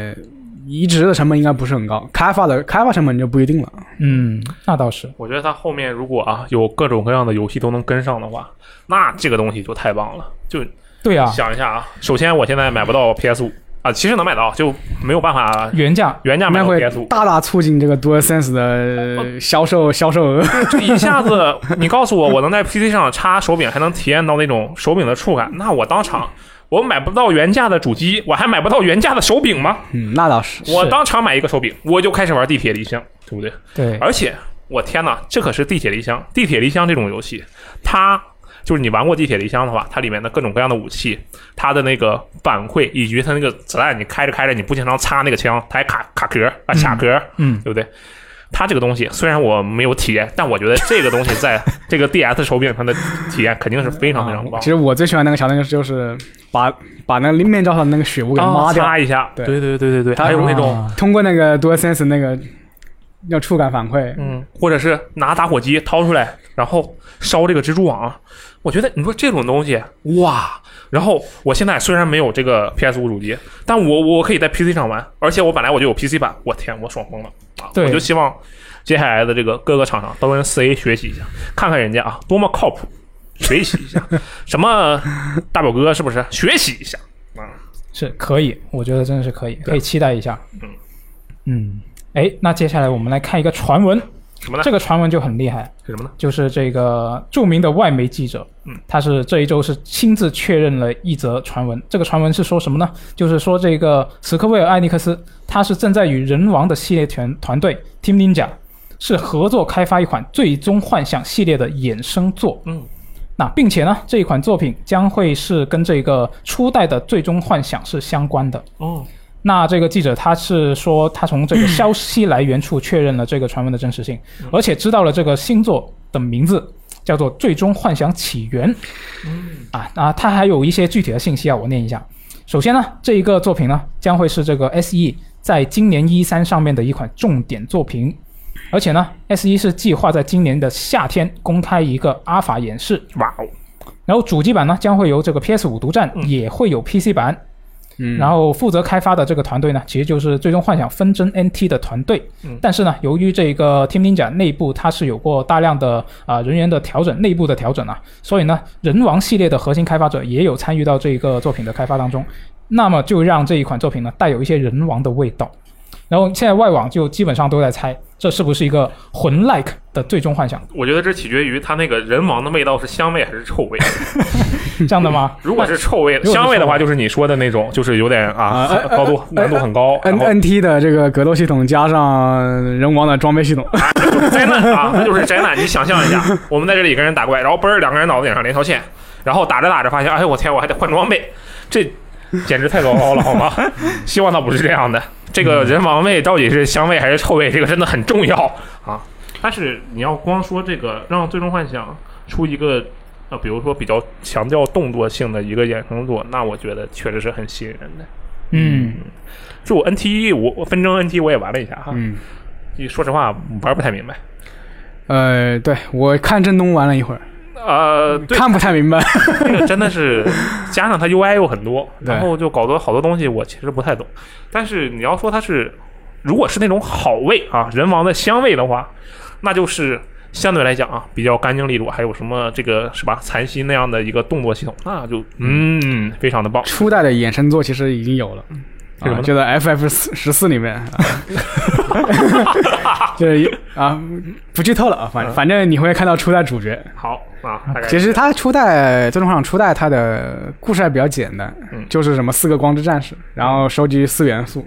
Speaker 3: 移植的成本应该不是很高，开发的开发成本就不一定了。
Speaker 1: 嗯，那倒是。
Speaker 2: 我觉得它后面如果啊有各种各样的游戏都能跟上的话，那这个东西就太棒了。就
Speaker 1: 对啊，
Speaker 2: 想一下啊，首先我现在买不到 PS 五，啊，其实能买到，就没有办法
Speaker 1: 原价
Speaker 2: 原价买
Speaker 3: 那
Speaker 2: 到
Speaker 3: 会
Speaker 2: PS 五。
Speaker 3: 大大促进这个 DualSense 的销售销售额。
Speaker 2: 就一下子，你告诉我，我能在 PC 上插手柄，还能体验到那种手柄的触感，那我当场我买不到原价的主机，我还买不到原价的手柄吗？
Speaker 3: 嗯，那倒是。
Speaker 2: 我当场买一个手柄，我就开始玩地铁离乡，对不对？
Speaker 1: 对
Speaker 2: 而且我天哪，这可是地铁离乡！地铁离乡这种游戏，它就是你玩过地铁离乡的话，它里面的各种各样的武器，它的那个反馈以及它那个子弹，你开着开着你不经常插那个枪，它还卡卡壳啊卡壳，
Speaker 1: 嗯，
Speaker 2: 对不对？它这个东西虽然我没有体验，但我觉得这个东西 在这个 DS 手柄上的体验肯定是非常非常棒
Speaker 3: 其。实啊我最喜欢那个桥段就是把把那个立面罩上的那个血雾给抹掉，
Speaker 2: 啊哦擦一下，
Speaker 3: 对
Speaker 2: 对对对对对，
Speaker 3: 它
Speaker 2: 还有那种
Speaker 1: 啊
Speaker 3: 通过那个 DualSense 那个要触感反馈，
Speaker 2: 嗯，或者是拿打火机掏出来，然后烧这个蜘蛛网。啊我觉得你说这种东西，哇！然后我现在虽然没有这个 PS 五主机，但我我可以在 PC 上玩，而且我本来我就有 PC 版，我天，我爽疯了啊！
Speaker 1: 对
Speaker 2: 我就希望接下来的这个各个厂商都跟 CA 学习一下，看看人家啊多么靠谱，学习一 下什么大表哥是不是？学习一下，
Speaker 1: 是可以，我觉得真的是可以，可以期待一下
Speaker 2: 嗯。
Speaker 1: 嗯，哎，那接下来我们来看一个传闻，
Speaker 2: 什么呢？
Speaker 1: 这个传闻就很厉害，
Speaker 2: 是什么呢？
Speaker 1: 就是这个著名的外媒记者，
Speaker 2: 嗯，
Speaker 1: 他是这一周是亲自确认了一则传闻。这个传闻是说什么呢？就是说这个史克威尔艾尼克斯，他是正在与人王的系列团团队 Team Ninja 是合作开发一款《最终幻想》系列的衍生作。
Speaker 2: 嗯，
Speaker 1: 那并且呢，这一款作品将会是跟这个初代的《最终幻想》是相关的。
Speaker 2: 哦，
Speaker 1: 那这个记者他是说，他从这个消息来源处确认了这个传闻的真实性，而且知道了这个星座的名字叫做《最终幻想起源》。啊啊，他还有一些具体的信息啊，我念一下。首先呢，这一个作品呢将会是这个 S.E 在今年一三上面的一款重点作品，而且呢，S.E 是计划在今年的夏天公开一个阿法演示，
Speaker 2: 哇哦，
Speaker 1: 然后主机版呢将会由这个 PS 五独占，
Speaker 2: 嗯
Speaker 1: 也会有 PC 版。
Speaker 3: 嗯，
Speaker 1: 然后负责开发的这个团队呢，其实就是最终幻想纷争 NT 的团队。
Speaker 2: 嗯
Speaker 1: 但是呢，由于这个 Team Ninja 内部它是有过大量的啊、人员的调整，内部的调整啊，所以呢，人王系列的核心开发者也有参与到这个作品的开发当中。那么就让这一款作品呢带有一些人王的味道。然后现在外网就基本上都在猜，这是不是一个魂 like 的最终幻想？
Speaker 2: 我觉得这取决于它那个人王的味道是香味还是臭味。
Speaker 1: 这样的 吗？
Speaker 2: 如果是臭味、
Speaker 1: 如果是
Speaker 2: 香味的
Speaker 1: 臭
Speaker 2: 话，
Speaker 1: 味哎
Speaker 2: 就是你说的那种，就是有点啊，
Speaker 3: 啊
Speaker 2: 很高度难度很高，然
Speaker 3: N
Speaker 2: 后
Speaker 3: N T 的这个格斗系统加上人王的装备系统，
Speaker 1: 哎
Speaker 2: 灾难 啊，那就是灾难。你想象一下，我们在这里跟人打怪，然后嘣儿两个人脑子顶上连条线，然后打着打着发现，哎呦我天，我还得换装备，这简直太糟糕了，好 吗？希望倒不是这样的。这个人王味到底是香味还是臭味，这个真的很重要啊。但是你要光说这个，让《最终幻想》出一个。呃，比如说比较强调动作性的一个衍生作，那我觉得确实是很吸引人的。
Speaker 1: 嗯，
Speaker 2: 就我 NT 我我纷争 NT 我也玩了一下哈，
Speaker 3: 嗯，
Speaker 2: 说实话玩不太明白。
Speaker 3: 呃，对我看振东玩了一会儿，
Speaker 2: 呃，对，
Speaker 3: 看不太明白，
Speaker 2: 这个真的是加上它 UI 又很多，
Speaker 3: 对
Speaker 2: 然后就搞得好多东西我其实不太懂。但是你要说它是，如果是那种好味啊，人王的香味的话，那就是相对来讲啊比较干净利落，还有什么这个是吧残息那样的一个动作系统，那就嗯非常的棒。
Speaker 3: 初代的衍生作其实已经有了。
Speaker 2: 是什么
Speaker 3: 啊，
Speaker 2: 呢
Speaker 3: 就在 F F 四十四里面， 啊 就是啊，不剧透了啊，
Speaker 2: 嗯
Speaker 3: 反反正你会看到初代主角，
Speaker 2: 好啊，大概
Speaker 3: 其实它初代《最终幻想》初代它的故事还比较简单，
Speaker 2: 嗯
Speaker 3: 就是什么四个光之战士，然后收集四元素，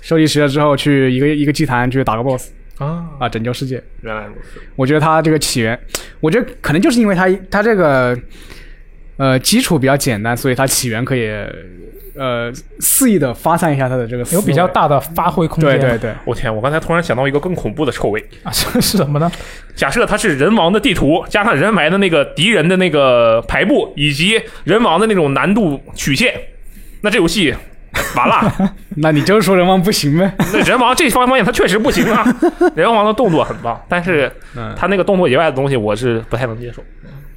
Speaker 3: 收集齐了之后去一个一个祭坛去打个 BOSS
Speaker 2: 啊，
Speaker 3: 啊，拯救世界。
Speaker 2: 原来如此，
Speaker 3: 我觉得它这个起源，我觉得可能就是因为它它这个呃基础比较简单，所以它起源可以呃肆意的发散一下它的这个思
Speaker 1: 有
Speaker 3: 维
Speaker 1: 比较。大的发挥空间。
Speaker 3: 对对对，
Speaker 2: 我天，我刚才突然想到一个更恐怖的臭味。
Speaker 1: 啊，是是什么呢？
Speaker 2: 假设它是人王的地图，加上人埋的那个敌人的那个排布，以及人王的那种难度曲线，那这游戏完 了。
Speaker 3: 那你就是说人王不行呗？
Speaker 2: 那人王这方面它确实不行 啊，人王的动作很棒，但是
Speaker 3: 嗯，
Speaker 2: 他那个动作以外的东西我是不太能接受。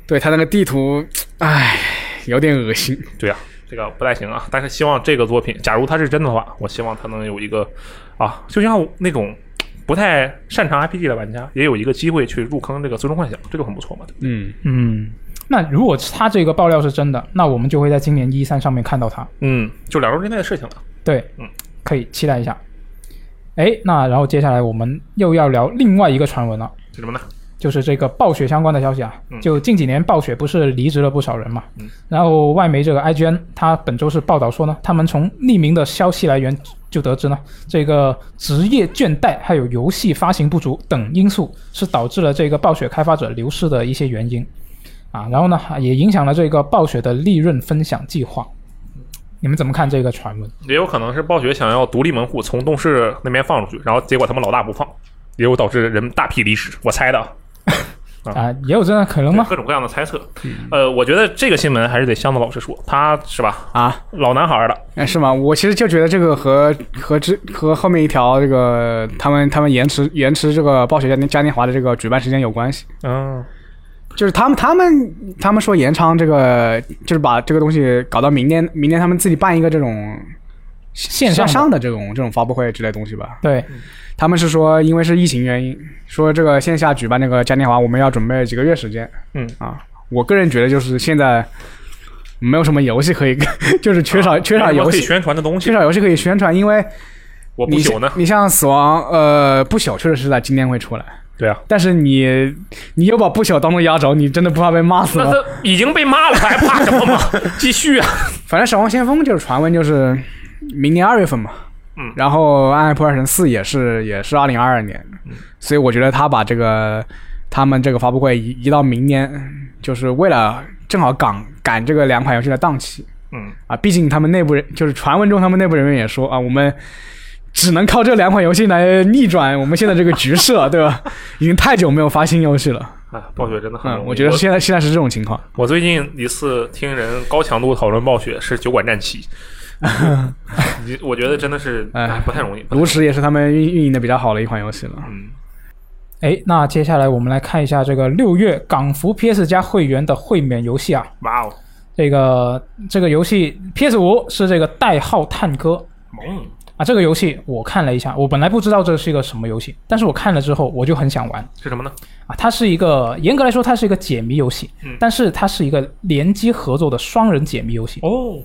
Speaker 3: 对他那个地图，唉，有点恶心。
Speaker 2: 对啊，这个不太行啊。但是希望这个作品，假如它是真的话，我希望它能有一个啊，就像那种不太擅长 RPG 的玩家，也有一个机会去入坑这个《最终幻想》，这个很不错嘛。对吧
Speaker 3: 嗯，
Speaker 1: 嗯，那如果他这个爆料是真的，那我们就会在今年一三上面看到他。
Speaker 2: 嗯，就两周之内的事情了。
Speaker 1: 对，
Speaker 2: 嗯，
Speaker 1: 可以期待一下。哎，那然后接下来我们又要聊另外一个传闻了，
Speaker 2: 是什么呢？
Speaker 1: 就是这个暴雪相关的消息啊
Speaker 2: 嗯。
Speaker 1: 就近几年暴雪不是离职了不少人嘛
Speaker 2: 嗯，
Speaker 1: 然后外媒这个 IGN 它本周是报道说呢，他们从匿名的消息来源就得知呢，这个职业倦怠还有游戏发行不足等因素是导致了这个暴雪开发者流失的一些原因啊。然后呢，也影响了这个暴雪的利润分享计划。
Speaker 2: 嗯
Speaker 1: 你们怎么看这个传闻？
Speaker 2: 也有可能是暴雪想要独立门户从动视那边放出去，然后结果他们老大不放，也有导致人大批离职，我猜的啊。
Speaker 1: 啊，也有这样的可能吗？
Speaker 2: 各种各样的猜测。
Speaker 3: 嗯
Speaker 2: 呃，我觉得这个新闻还是得箱子老师说，他是吧，
Speaker 3: 啊，
Speaker 2: 老男孩儿了，
Speaker 3: 哎，是吗？我其实就觉得这个和和之和后面一条这个他们他们延迟延迟这个暴雪嘉年嘉年华的这个举办时间有关系。
Speaker 2: 嗯，
Speaker 3: 就是他们他们他们说延长这个，就是把这个东西搞到明年，明年他们自己办一个这种
Speaker 1: 线
Speaker 3: 向
Speaker 1: 上的
Speaker 3: 上的这种这种发布会之类的东西吧。
Speaker 1: 对，
Speaker 3: 他们是说，因为是疫情原因，说这个线下举办那个嘉年华，我们要准备几个月时间。
Speaker 2: 嗯
Speaker 3: 啊，我个人觉得就是现在没有什么游戏可以， 就是缺少、缺少
Speaker 2: 啊没什么
Speaker 3: 游
Speaker 2: 可以
Speaker 3: 戏，
Speaker 2: 宣传的东
Speaker 3: 缺
Speaker 2: 西，
Speaker 3: 少游戏可以宣传，因为
Speaker 2: 我不
Speaker 3: 你
Speaker 2: 朽呢
Speaker 3: 像，你像死亡，呃，不朽确实是在今天会出来，
Speaker 2: 对啊，
Speaker 3: 但是你你又把不朽当做压轴，你真的不怕被骂死
Speaker 2: 那
Speaker 3: 吗？
Speaker 2: 他已经被骂了，还怕什么嘛？继续啊，
Speaker 3: 反正《守望先锋》就是传闻就是明年二月份嘛，
Speaker 2: 嗯
Speaker 3: 然后《暗黑破坏神四》也是也是二零二二年，
Speaker 2: 嗯
Speaker 3: 所以我觉得他把这个他们这个发布会移移到明年，就是为了正好赶赶这个两款游戏的档期
Speaker 2: 嗯，
Speaker 3: 啊。毕竟他们内部人就是传闻中他们内部人员也说啊，我们。只能靠这两款游戏来逆转我们现在这个局势了，对吧？ 已经太久没有发新游戏了。
Speaker 2: 哎，暴雪真的很
Speaker 3: 嗯，
Speaker 2: 容易，
Speaker 3: 我觉得现在现在是这种情况。
Speaker 2: 我最近一次听人高强度讨论暴雪是酒馆战 旗，你我觉得真的是
Speaker 3: 哎
Speaker 2: 哎不太容易，不太
Speaker 3: 炉石也是他们运运营的比较好的一款游戏了。
Speaker 2: 嗯，
Speaker 1: 哎，那接下来我们来看一下这个六月港服 PS 加会员的会免游戏啊。
Speaker 2: 哇哦，
Speaker 1: 这个这个游戏 PS 五是这个代号探戈
Speaker 2: 萌，
Speaker 1: 啊。这个游戏我看了一下，我本来不知道这是一个什么游戏，但是我看了之后我就很想玩
Speaker 2: 是什么呢？
Speaker 1: 啊。它是一个严格来说它是一个解谜游戏
Speaker 2: 嗯，
Speaker 1: 但是它是一个联机合作的双人解谜游戏
Speaker 2: 哦，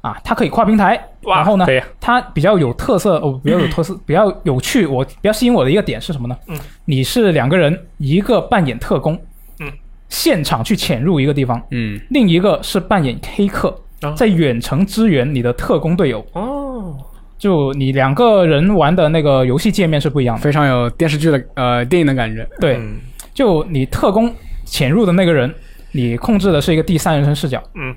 Speaker 1: 啊。它可以跨平台，
Speaker 2: 哇
Speaker 1: 然后呢
Speaker 2: 可以啊，
Speaker 1: 它比较有特色，哦，比较有 特色，比较有趣，我比较吸引我的一个点是什么呢？
Speaker 2: 嗯，
Speaker 1: 你是两个人，一个扮演特工，
Speaker 2: 嗯，
Speaker 1: 现场去潜入一个地方，
Speaker 3: 嗯，
Speaker 1: 另一个是扮演黑客
Speaker 2: 啊，
Speaker 1: 在远程支援你的特工队友。
Speaker 2: 哦，
Speaker 1: 就你两个人玩的那个游戏界面是不一样的，
Speaker 3: 非常有电视剧的呃电影的感觉。
Speaker 1: 对，
Speaker 2: 嗯
Speaker 1: 就你特工潜入的那个人，你控制的是一个第三人称视角。
Speaker 2: 嗯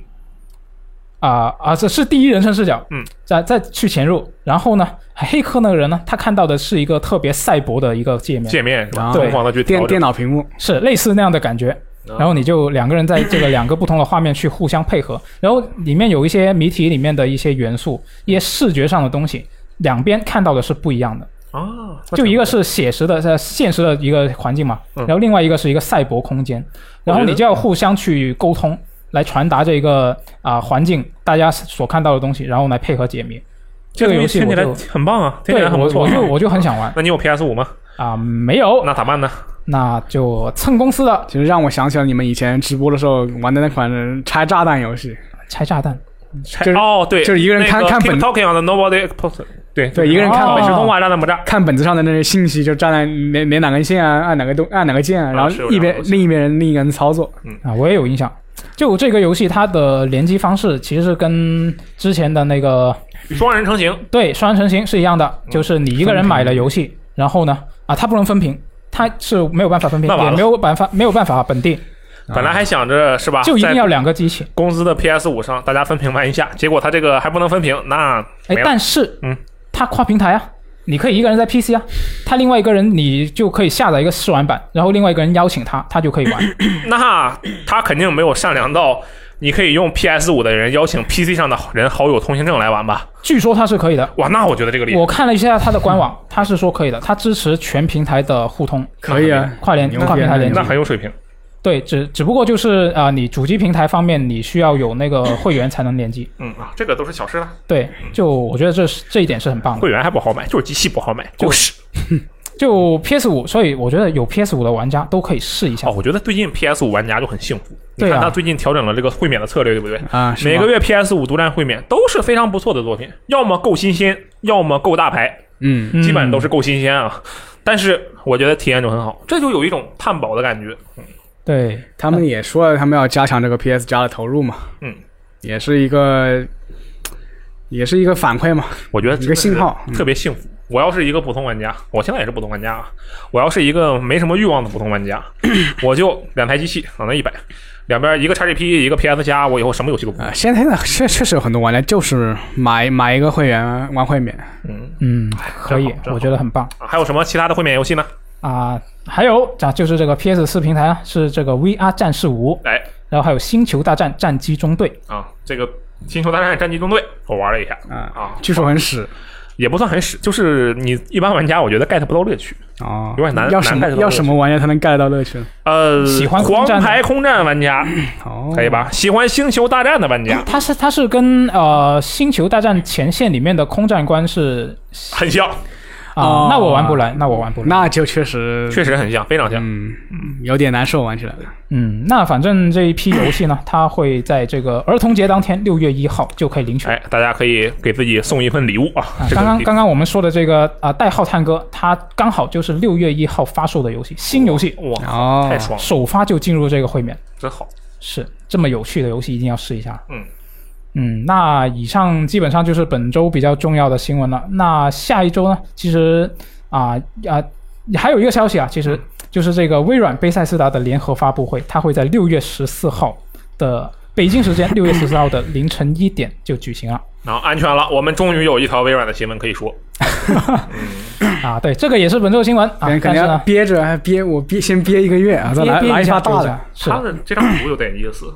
Speaker 1: 啊啊，这是第一人称视角，
Speaker 2: 嗯，
Speaker 1: 再再去潜入，然后呢，黑客那个人呢，他看到的是一个特别赛博的一个界面，
Speaker 2: 界面是吧？
Speaker 3: 啊
Speaker 2: 疯狂的去
Speaker 3: 电
Speaker 2: 调整
Speaker 3: 电，脑屏幕，
Speaker 1: 是类似那样的感觉。
Speaker 2: 啊
Speaker 1: 然后你就两个人在这个两个不同的画面去互相配合，然后里面有一些谜题里面的一些元素，一些视觉上的东西，两边看到的是不一样的。
Speaker 2: 啊，那
Speaker 1: 就
Speaker 2: 挺
Speaker 1: 一个是写实的，在现实的一个环境嘛，
Speaker 2: 嗯
Speaker 1: 然后另外一个是一个赛博空间，然后
Speaker 2: 我觉得
Speaker 1: 你就要互相去沟通，来传达这个啊、环境大家所看到的东西，然后来配合解谜。这个
Speaker 2: 东
Speaker 1: 游
Speaker 2: 西
Speaker 1: 戏
Speaker 2: 听
Speaker 1: 我
Speaker 2: 起来
Speaker 1: 就
Speaker 2: 很棒啊，听起
Speaker 1: 对
Speaker 2: 来很
Speaker 1: 我
Speaker 2: 不错
Speaker 1: 我
Speaker 2: 啊。
Speaker 1: 就我就很想玩
Speaker 2: 那你有 PS 五吗？
Speaker 1: 啊、没有，
Speaker 2: 那咋办呢？
Speaker 1: 那就蹭公司的
Speaker 3: 其实让我想起了你们以前直播的时候玩的那款拆炸弹游戏，
Speaker 1: 拆炸弹。
Speaker 2: 拆
Speaker 3: 就是
Speaker 2: 哦，对，
Speaker 3: 就是一个人看看本
Speaker 2: talking on the nobody person，对哦
Speaker 3: 对一个人看
Speaker 2: 美
Speaker 1: 本
Speaker 2: 食通话炸弹不炸？
Speaker 3: 看本子上的那些信息，就站在哪哪哪根线啊，按哪个东按哪个键啊，
Speaker 2: 啊
Speaker 3: 然后
Speaker 2: 是有这
Speaker 3: 一
Speaker 2: 样的
Speaker 3: 边
Speaker 2: 游戏
Speaker 3: 另一边人另一个人操作。
Speaker 1: 啊，我也有印象。就这个游戏，它的联机方式其实是跟之前的那个
Speaker 2: 双人成型，
Speaker 1: 对双人成行是一样
Speaker 2: 嗯
Speaker 1: 的，就是你一个人买了游戏，然后呢，啊，它不能分屏，它是没有办法分屏，
Speaker 2: 那完
Speaker 1: 也
Speaker 2: 了
Speaker 1: 没有办法没有办法本地，
Speaker 2: 本
Speaker 3: 啊
Speaker 2: 来还想着是吧，
Speaker 1: 就一定要
Speaker 2: 在
Speaker 1: 两个机器。
Speaker 2: 公司的 PS 五上大家分屏玩一下，结果他这个还不能分屏，那
Speaker 1: 哎
Speaker 2: 没，了。
Speaker 1: 但是
Speaker 2: 嗯，
Speaker 1: 它跨平台啊，你可以一个人在 PC 啊，他另外一个人你就可以下载一个试玩版，然后另外一个人邀请他，他就可以玩。
Speaker 2: 那他肯定没有善良到你可以用 PS 五的人邀请 PC 上的人好友通行证来玩吧？
Speaker 1: 据说它是可以的。
Speaker 2: 哇，那我觉得这个厉害，
Speaker 1: 我看了一下它的官网，它是说可以的，它支持全平台的互通，
Speaker 3: 可以啊，
Speaker 1: 跨联
Speaker 3: 牛逼
Speaker 1: 跨平台联机
Speaker 2: 那。很有水平。
Speaker 1: 对，只只不过就是啊、你主机平台方面你需要有那个会员才能联机。
Speaker 2: 嗯啊，这个都是小事了，
Speaker 1: 对，就我觉得这是这一点是很棒的。
Speaker 2: 会员还不好买，就是机器不好买，就是
Speaker 1: 就 PS 五，所以我觉得有 PS 五的玩家都可以试一下
Speaker 2: 哦，。我觉得最近 PS 五玩家就很幸福。你
Speaker 1: 对啊
Speaker 2: 看他最近调整了这个会免的策略，对不对？
Speaker 3: 啊，是吗
Speaker 2: 每个月 PS 五独占会免都是非常不错的作品，要么够新鲜，要么够大牌，
Speaker 3: 嗯
Speaker 1: 嗯
Speaker 2: 基本上都是够新鲜啊。但是我觉得体验就很好，这就有一种探宝的感觉。
Speaker 1: 对，
Speaker 3: 他们也说了，他们要加强这个 PS 加的投入嘛，
Speaker 2: 嗯，
Speaker 3: 也是一个，也是一个反馈嘛，
Speaker 2: 我觉得
Speaker 3: 一个信号
Speaker 1: 嗯
Speaker 2: 真的是特别幸福。我要是一个普通玩家，我现在也是普通玩家啊。我要是一个没什么欲望的普通玩家， 我就两台机器往那一摆，两边一个 XGP，一个 PS 加，我以后什么游戏都不玩。
Speaker 1: 哎
Speaker 3: 啊，现在呢确确实有很多玩家就是买买一个会员玩会免，
Speaker 2: 嗯，
Speaker 1: 嗯，可以
Speaker 2: 真好，真好
Speaker 1: 我觉得很棒
Speaker 2: 啊还有什么其他的会免游戏呢？
Speaker 1: 啊、还有啊，就是这个 PS 四平台啊，是这个 VR 战士五，
Speaker 2: 哎
Speaker 1: 然后还有星球大战战机中队。
Speaker 2: 啊，这个《星球大战：战机中队》我玩了一下
Speaker 3: 啊
Speaker 2: 啊，
Speaker 3: 据说很屎
Speaker 2: 也不算很屎，就是你一般玩家我觉得 get 不到乐趣。
Speaker 3: 哦，
Speaker 2: 有点难
Speaker 3: 要什
Speaker 2: 难 get 到
Speaker 3: 么
Speaker 2: 乐趣
Speaker 3: 要什么玩家才能 get 到乐趣？
Speaker 2: 呃，
Speaker 1: 喜欢
Speaker 2: 黄
Speaker 1: 空战的嗯
Speaker 2: 牌空战玩家
Speaker 3: 哦，
Speaker 2: 可以？吧？喜欢星球大战的玩家
Speaker 1: 它是它是跟呃《星球大战前线》里面的空战官是
Speaker 2: 很像，
Speaker 1: 啊、
Speaker 3: 哦
Speaker 1: 那我玩不来，那我玩不来。
Speaker 3: 那就确实
Speaker 2: 确实很像，非常像。
Speaker 3: 嗯，有点难受玩起来。
Speaker 1: 嗯，那反正这一批游戏呢，它会在这个儿童节当天，六月一号就可以领取。
Speaker 2: 哎，大家可以给自己送一份礼物啊！
Speaker 1: 啊，
Speaker 2: 这个
Speaker 1: 刚刚
Speaker 2: 礼
Speaker 1: 刚刚我们说的这个啊、代号探戈，它刚好就是六月一号发售的游戏，新游戏，啊
Speaker 2: 哇，
Speaker 3: 哦，
Speaker 2: 太爽了，
Speaker 1: 首发就进入这个会面，
Speaker 2: 真好。
Speaker 1: 是这么有趣的游戏，一定要试一下。
Speaker 2: 嗯
Speaker 1: 嗯，那以上基本上就是本周比较重要的新闻了。那下一周呢，其实啊啊、还有一个消息啊，其
Speaker 2: 嗯
Speaker 1: 实就是这个微软、贝塞斯达的联合发布会，它会在六月十四号的北京时间六月十四号的凌晨一点就举行了。
Speaker 2: 然后安全了，我们终于有一条微软的新闻可以说。
Speaker 1: 啊，对，这个也是本周新闻啊
Speaker 3: 别人，
Speaker 1: 但
Speaker 3: 肯定
Speaker 1: 是
Speaker 3: 要
Speaker 1: 呢。
Speaker 3: 憋着，还憋我憋先憋一个月啊，再来
Speaker 1: 憋憋
Speaker 3: 来
Speaker 1: 一
Speaker 3: 发
Speaker 1: 下
Speaker 3: 大
Speaker 1: 憋一
Speaker 3: 的
Speaker 1: 下。是
Speaker 2: 它的这张图有点意思，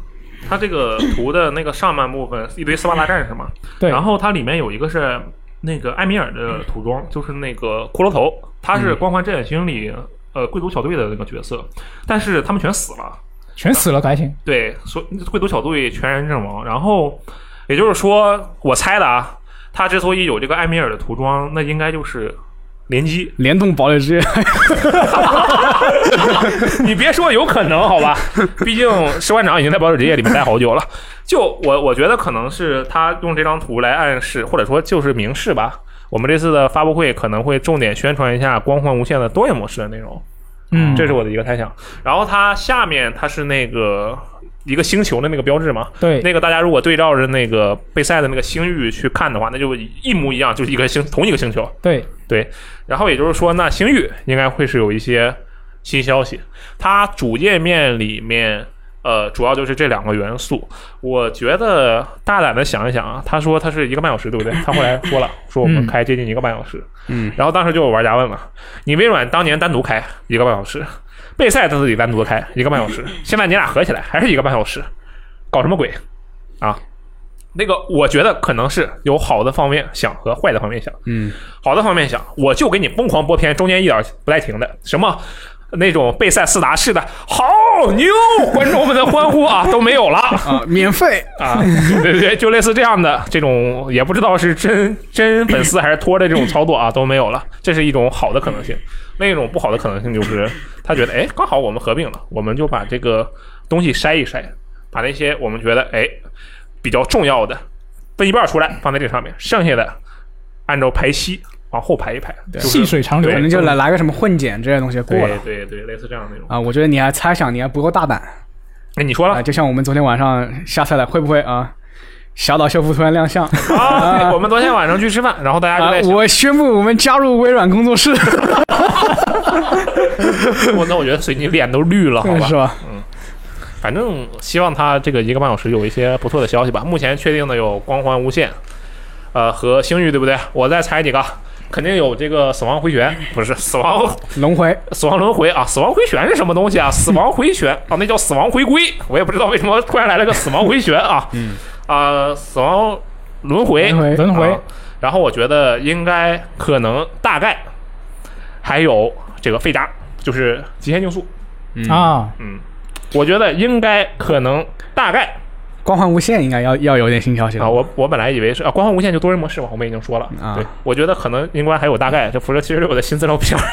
Speaker 2: 它这个图的那个上半部分一堆斯巴达战士嘛，
Speaker 1: 对，
Speaker 2: 然后它里面有一个是那个埃米尔的涂装，就是那个骷髅头，他是《
Speaker 1: 嗯
Speaker 2: 光环之眼星》里呃贵族小队的那个角色，但是他们全死了。
Speaker 1: 全死了，还行。
Speaker 2: 对，所贵族小队全员阵亡。然后，也就是说，我猜的啊，他之所以有这个埃米尔的涂装，那应该就是联机。
Speaker 3: 联动堡垒之夜，
Speaker 2: 你别说有可能，好吧？毕竟石馆长已经在《堡垒之夜》里面待好久了。就我我觉得可能是他用这张图来暗示，或者说就是明示吧。我们这次的发布会可能会重点宣传一下《光环无限》的多人模式的内容，
Speaker 1: 嗯，
Speaker 2: 这是我的一个猜想。然后它下面它是那个一个星球的那个标志嘛，
Speaker 1: 对，
Speaker 2: 那个大家如果对照着那个贝塞的那个星域去看的话，那就一模一样，就是一个星同一个星球。
Speaker 1: 对，
Speaker 2: 然后也就是说，那星域应该会是有一些新消息。它主页面里面，呃，主要就是这两个元素。我觉得大胆的想一想啊，他说他是一个半小时，对不对？他后来说了，说我们开接近一个半小时。
Speaker 3: 嗯，
Speaker 2: 然后当时就有玩家问了，你微软当年单独开一个半小时，贝塞他自己单独开一个半小时，现在你俩合起来还是一个半小时，搞什么鬼啊？那个，我觉得可能是有好的方面想和坏的方面想。
Speaker 3: 嗯，
Speaker 2: 好的方面想，我就给你疯狂播片，中间一点儿不带停的，什么那种贝塞斯达式的好牛，观众们的欢呼啊都没有了
Speaker 3: 啊，免费，
Speaker 2: 啊， 对对对，就类似这样的这种，也不知道是真真粉丝还是托的这种操作啊都没有了，这是一种好的可能性。另一种不好的可能性就是他觉得，哎，刚好我们合并了，我们就把这个东西筛一筛，把那些我们觉得哎比较重要的分一半儿出来放在这上面，剩下的按照排期往后排一排，就
Speaker 1: 细
Speaker 2: 是
Speaker 1: 水长流
Speaker 2: 对
Speaker 3: 可。能就来来个什么混剪之类的东西过
Speaker 2: 对
Speaker 3: 了
Speaker 2: 对对，类似这样的那种。
Speaker 3: 啊。我觉得你还猜想，你还不够大胆
Speaker 2: 哎，你说了
Speaker 3: 啊。就像我们昨天晚上下菜了，会不会啊？小岛秀夫突然亮相
Speaker 2: 啊？对，我们昨天晚上去吃饭，然后大家就
Speaker 3: 啊
Speaker 2: 在！想，
Speaker 3: 我宣布，我们加入微软工作室，
Speaker 2: 我那我觉得随你脸都绿了，好吧
Speaker 3: 是？吧？
Speaker 2: 反正希望他这个一个半小时有一些不错的消息吧。目前确定的有《光环无限》，呃，和《星域》，对不对？我再猜几个，肯定有这个《死亡回旋》，不是《 死亡
Speaker 3: 龙回
Speaker 2: 死亡轮回》啊，《死亡回旋》是什么东西啊？《死亡回旋》啊，那叫《死亡回归》，我也不知道为什么突然来了个《死亡回旋》啊。嗯。啊，《死亡轮回》
Speaker 3: 轮回
Speaker 1: 轮回
Speaker 2: 啊然后我觉得应该可能大概还有这个费达，就是《极限竞速》。
Speaker 1: 啊，
Speaker 2: 嗯，我觉得应该可能大概
Speaker 3: 光环无限应该要要有点新消息了
Speaker 2: 啊，我我本来以为是啊，光环无限就多人模式嘛，我们已经说了
Speaker 3: 啊
Speaker 2: 对，我觉得可能应该还有大概，这辐射七十六的新资料片儿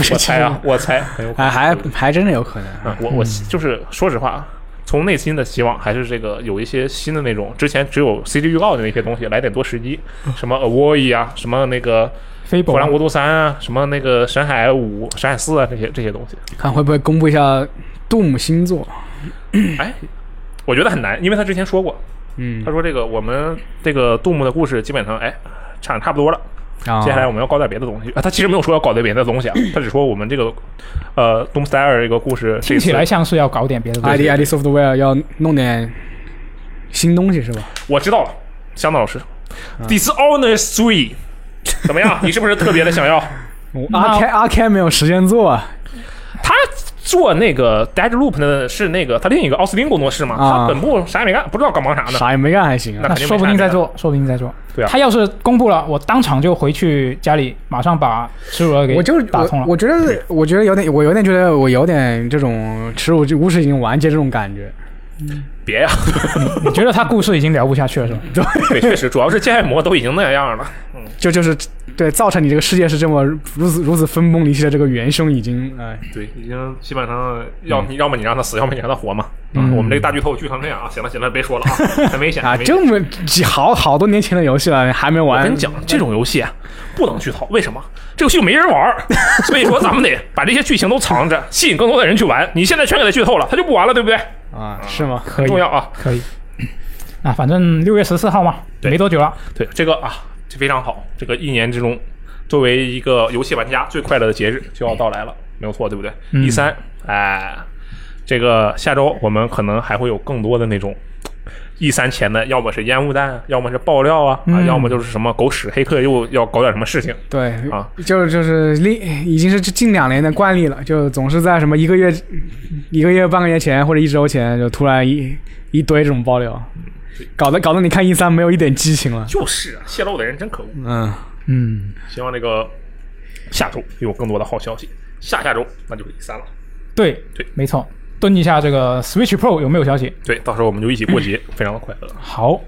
Speaker 2: 我猜 啊，我猜，很有可能
Speaker 3: 还哎还还真的有可能。
Speaker 2: 啊，我我就是说实话啊，从内心的希望还是这个有一些新的那种，之前只有 CG 预告的那些东西来点多时机，什么 Avoid 啊，什么那个
Speaker 1: 飞
Speaker 2: 《
Speaker 1: 博
Speaker 2: 佛兰国度三》啊，什么那个《神海五》《神海四》啊，这些这些东西，
Speaker 3: 看会不会公布一下 Doom 星座？
Speaker 2: 哎，我觉得很难，因为他之前说过，
Speaker 3: 嗯
Speaker 2: 他，说这个我们这个杜牧的故事基本上哎差差不多了，
Speaker 3: 啊
Speaker 2: 接下来我们要搞点别的东西啊。他其实没有说要搞点别的东 西啊，他只说我们这个呃《Doom s a r 这个哎故事这
Speaker 1: 听
Speaker 2: 次
Speaker 1: 起来像是要搞点别的东
Speaker 3: ID
Speaker 1: 西。
Speaker 3: ID Software 要弄点新东西是吧？
Speaker 2: 我知道了，香港老师，《Dishonor Three》怎么 样？你是不是特别的 想要？
Speaker 1: 嗯
Speaker 2: 啊
Speaker 3: 阿 K 阿 K 没有时间做啊，
Speaker 2: 他做那个 Deadloop 的是那个他另一个奥斯汀工作室嘛，
Speaker 3: 啊
Speaker 2: 他本部啥也没干，不知道搞忙啥呢。
Speaker 3: 啥也没干还行啊。
Speaker 2: 那
Speaker 1: 那
Speaker 2: 肯定没
Speaker 1: 说不
Speaker 2: 啥
Speaker 1: 定
Speaker 2: 别
Speaker 1: 在
Speaker 2: 的
Speaker 1: 做，说不定在做。
Speaker 2: 对啊
Speaker 1: 他要是公布了，我当场就回去家里，马上把耻辱二给
Speaker 3: 我就是
Speaker 1: 打通
Speaker 3: 我
Speaker 1: 了，。
Speaker 3: 我觉得我觉得有点，我有点觉得我有点这种耻辱无耻已经完结这种感觉。
Speaker 2: 别呀、
Speaker 1: 你觉得他故事已经聊不下去了是吧？
Speaker 2: 对，确实，主要是建模都已经那样了。
Speaker 3: 就就是对造成你这个世界是这么如此如此分崩离析的这个元凶已经哎，
Speaker 2: 对，已经基本上要、要么你让他死，要么你让他活嘛。
Speaker 3: 嗯
Speaker 2: 啊我们这个大剧透剧成这样啊！行了行了，别说了 啊，很危险
Speaker 3: 啊，
Speaker 2: 很危险
Speaker 3: 这么几好好多年前的游戏了，还没
Speaker 2: 我跟
Speaker 3: 玩
Speaker 2: 你。
Speaker 1: 嗯
Speaker 2: 讲，这种游戏啊，不能剧透，为什么？这游戏又没人玩儿，所以说咱们得把这些剧情都藏着，吸引更多的人去玩。你现在全给他剧透了，他就不玩了，对不对？
Speaker 3: 啊，是吗？
Speaker 1: 可以
Speaker 2: 重，要啊！
Speaker 1: 可以。啊，反正六月十四号嘛，
Speaker 2: 对
Speaker 1: 没多久了。
Speaker 2: 对这个啊，这非常好。这个一年之中，作为一个游戏玩家最快乐的节日就要到来了，没有错，对不对？
Speaker 1: 嗯
Speaker 2: 一三，哎，这个下周我们可能还会有更多的那种。E 三前的，要么是烟雾弹啊，要么是爆料啊，啊，
Speaker 1: 嗯
Speaker 2: 要么就是什么狗屎黑客又要搞点什么事情。
Speaker 3: 对
Speaker 2: 啊，
Speaker 3: 就就是历已经是近两年的惯例了，就总是在什么一个月、一个月半个月前或者一周前，就突然一一堆这种爆料，搞得搞得你看一三没有一点激情了。
Speaker 2: 就是啊，泄露的人真可恶。
Speaker 3: 嗯，
Speaker 1: 嗯，
Speaker 2: 希望这个下周有更多的好消息。下下周那就是 E 三了，
Speaker 1: 对
Speaker 2: 对
Speaker 1: 没错。蹲一下这个 Switch Pro 有没有消息？
Speaker 2: 对，到时候我们就一 起过节，非常的快乐。
Speaker 1: 好，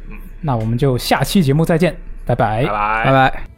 Speaker 1: 那我们就下期节目再见，拜拜
Speaker 2: 拜拜
Speaker 3: 拜拜。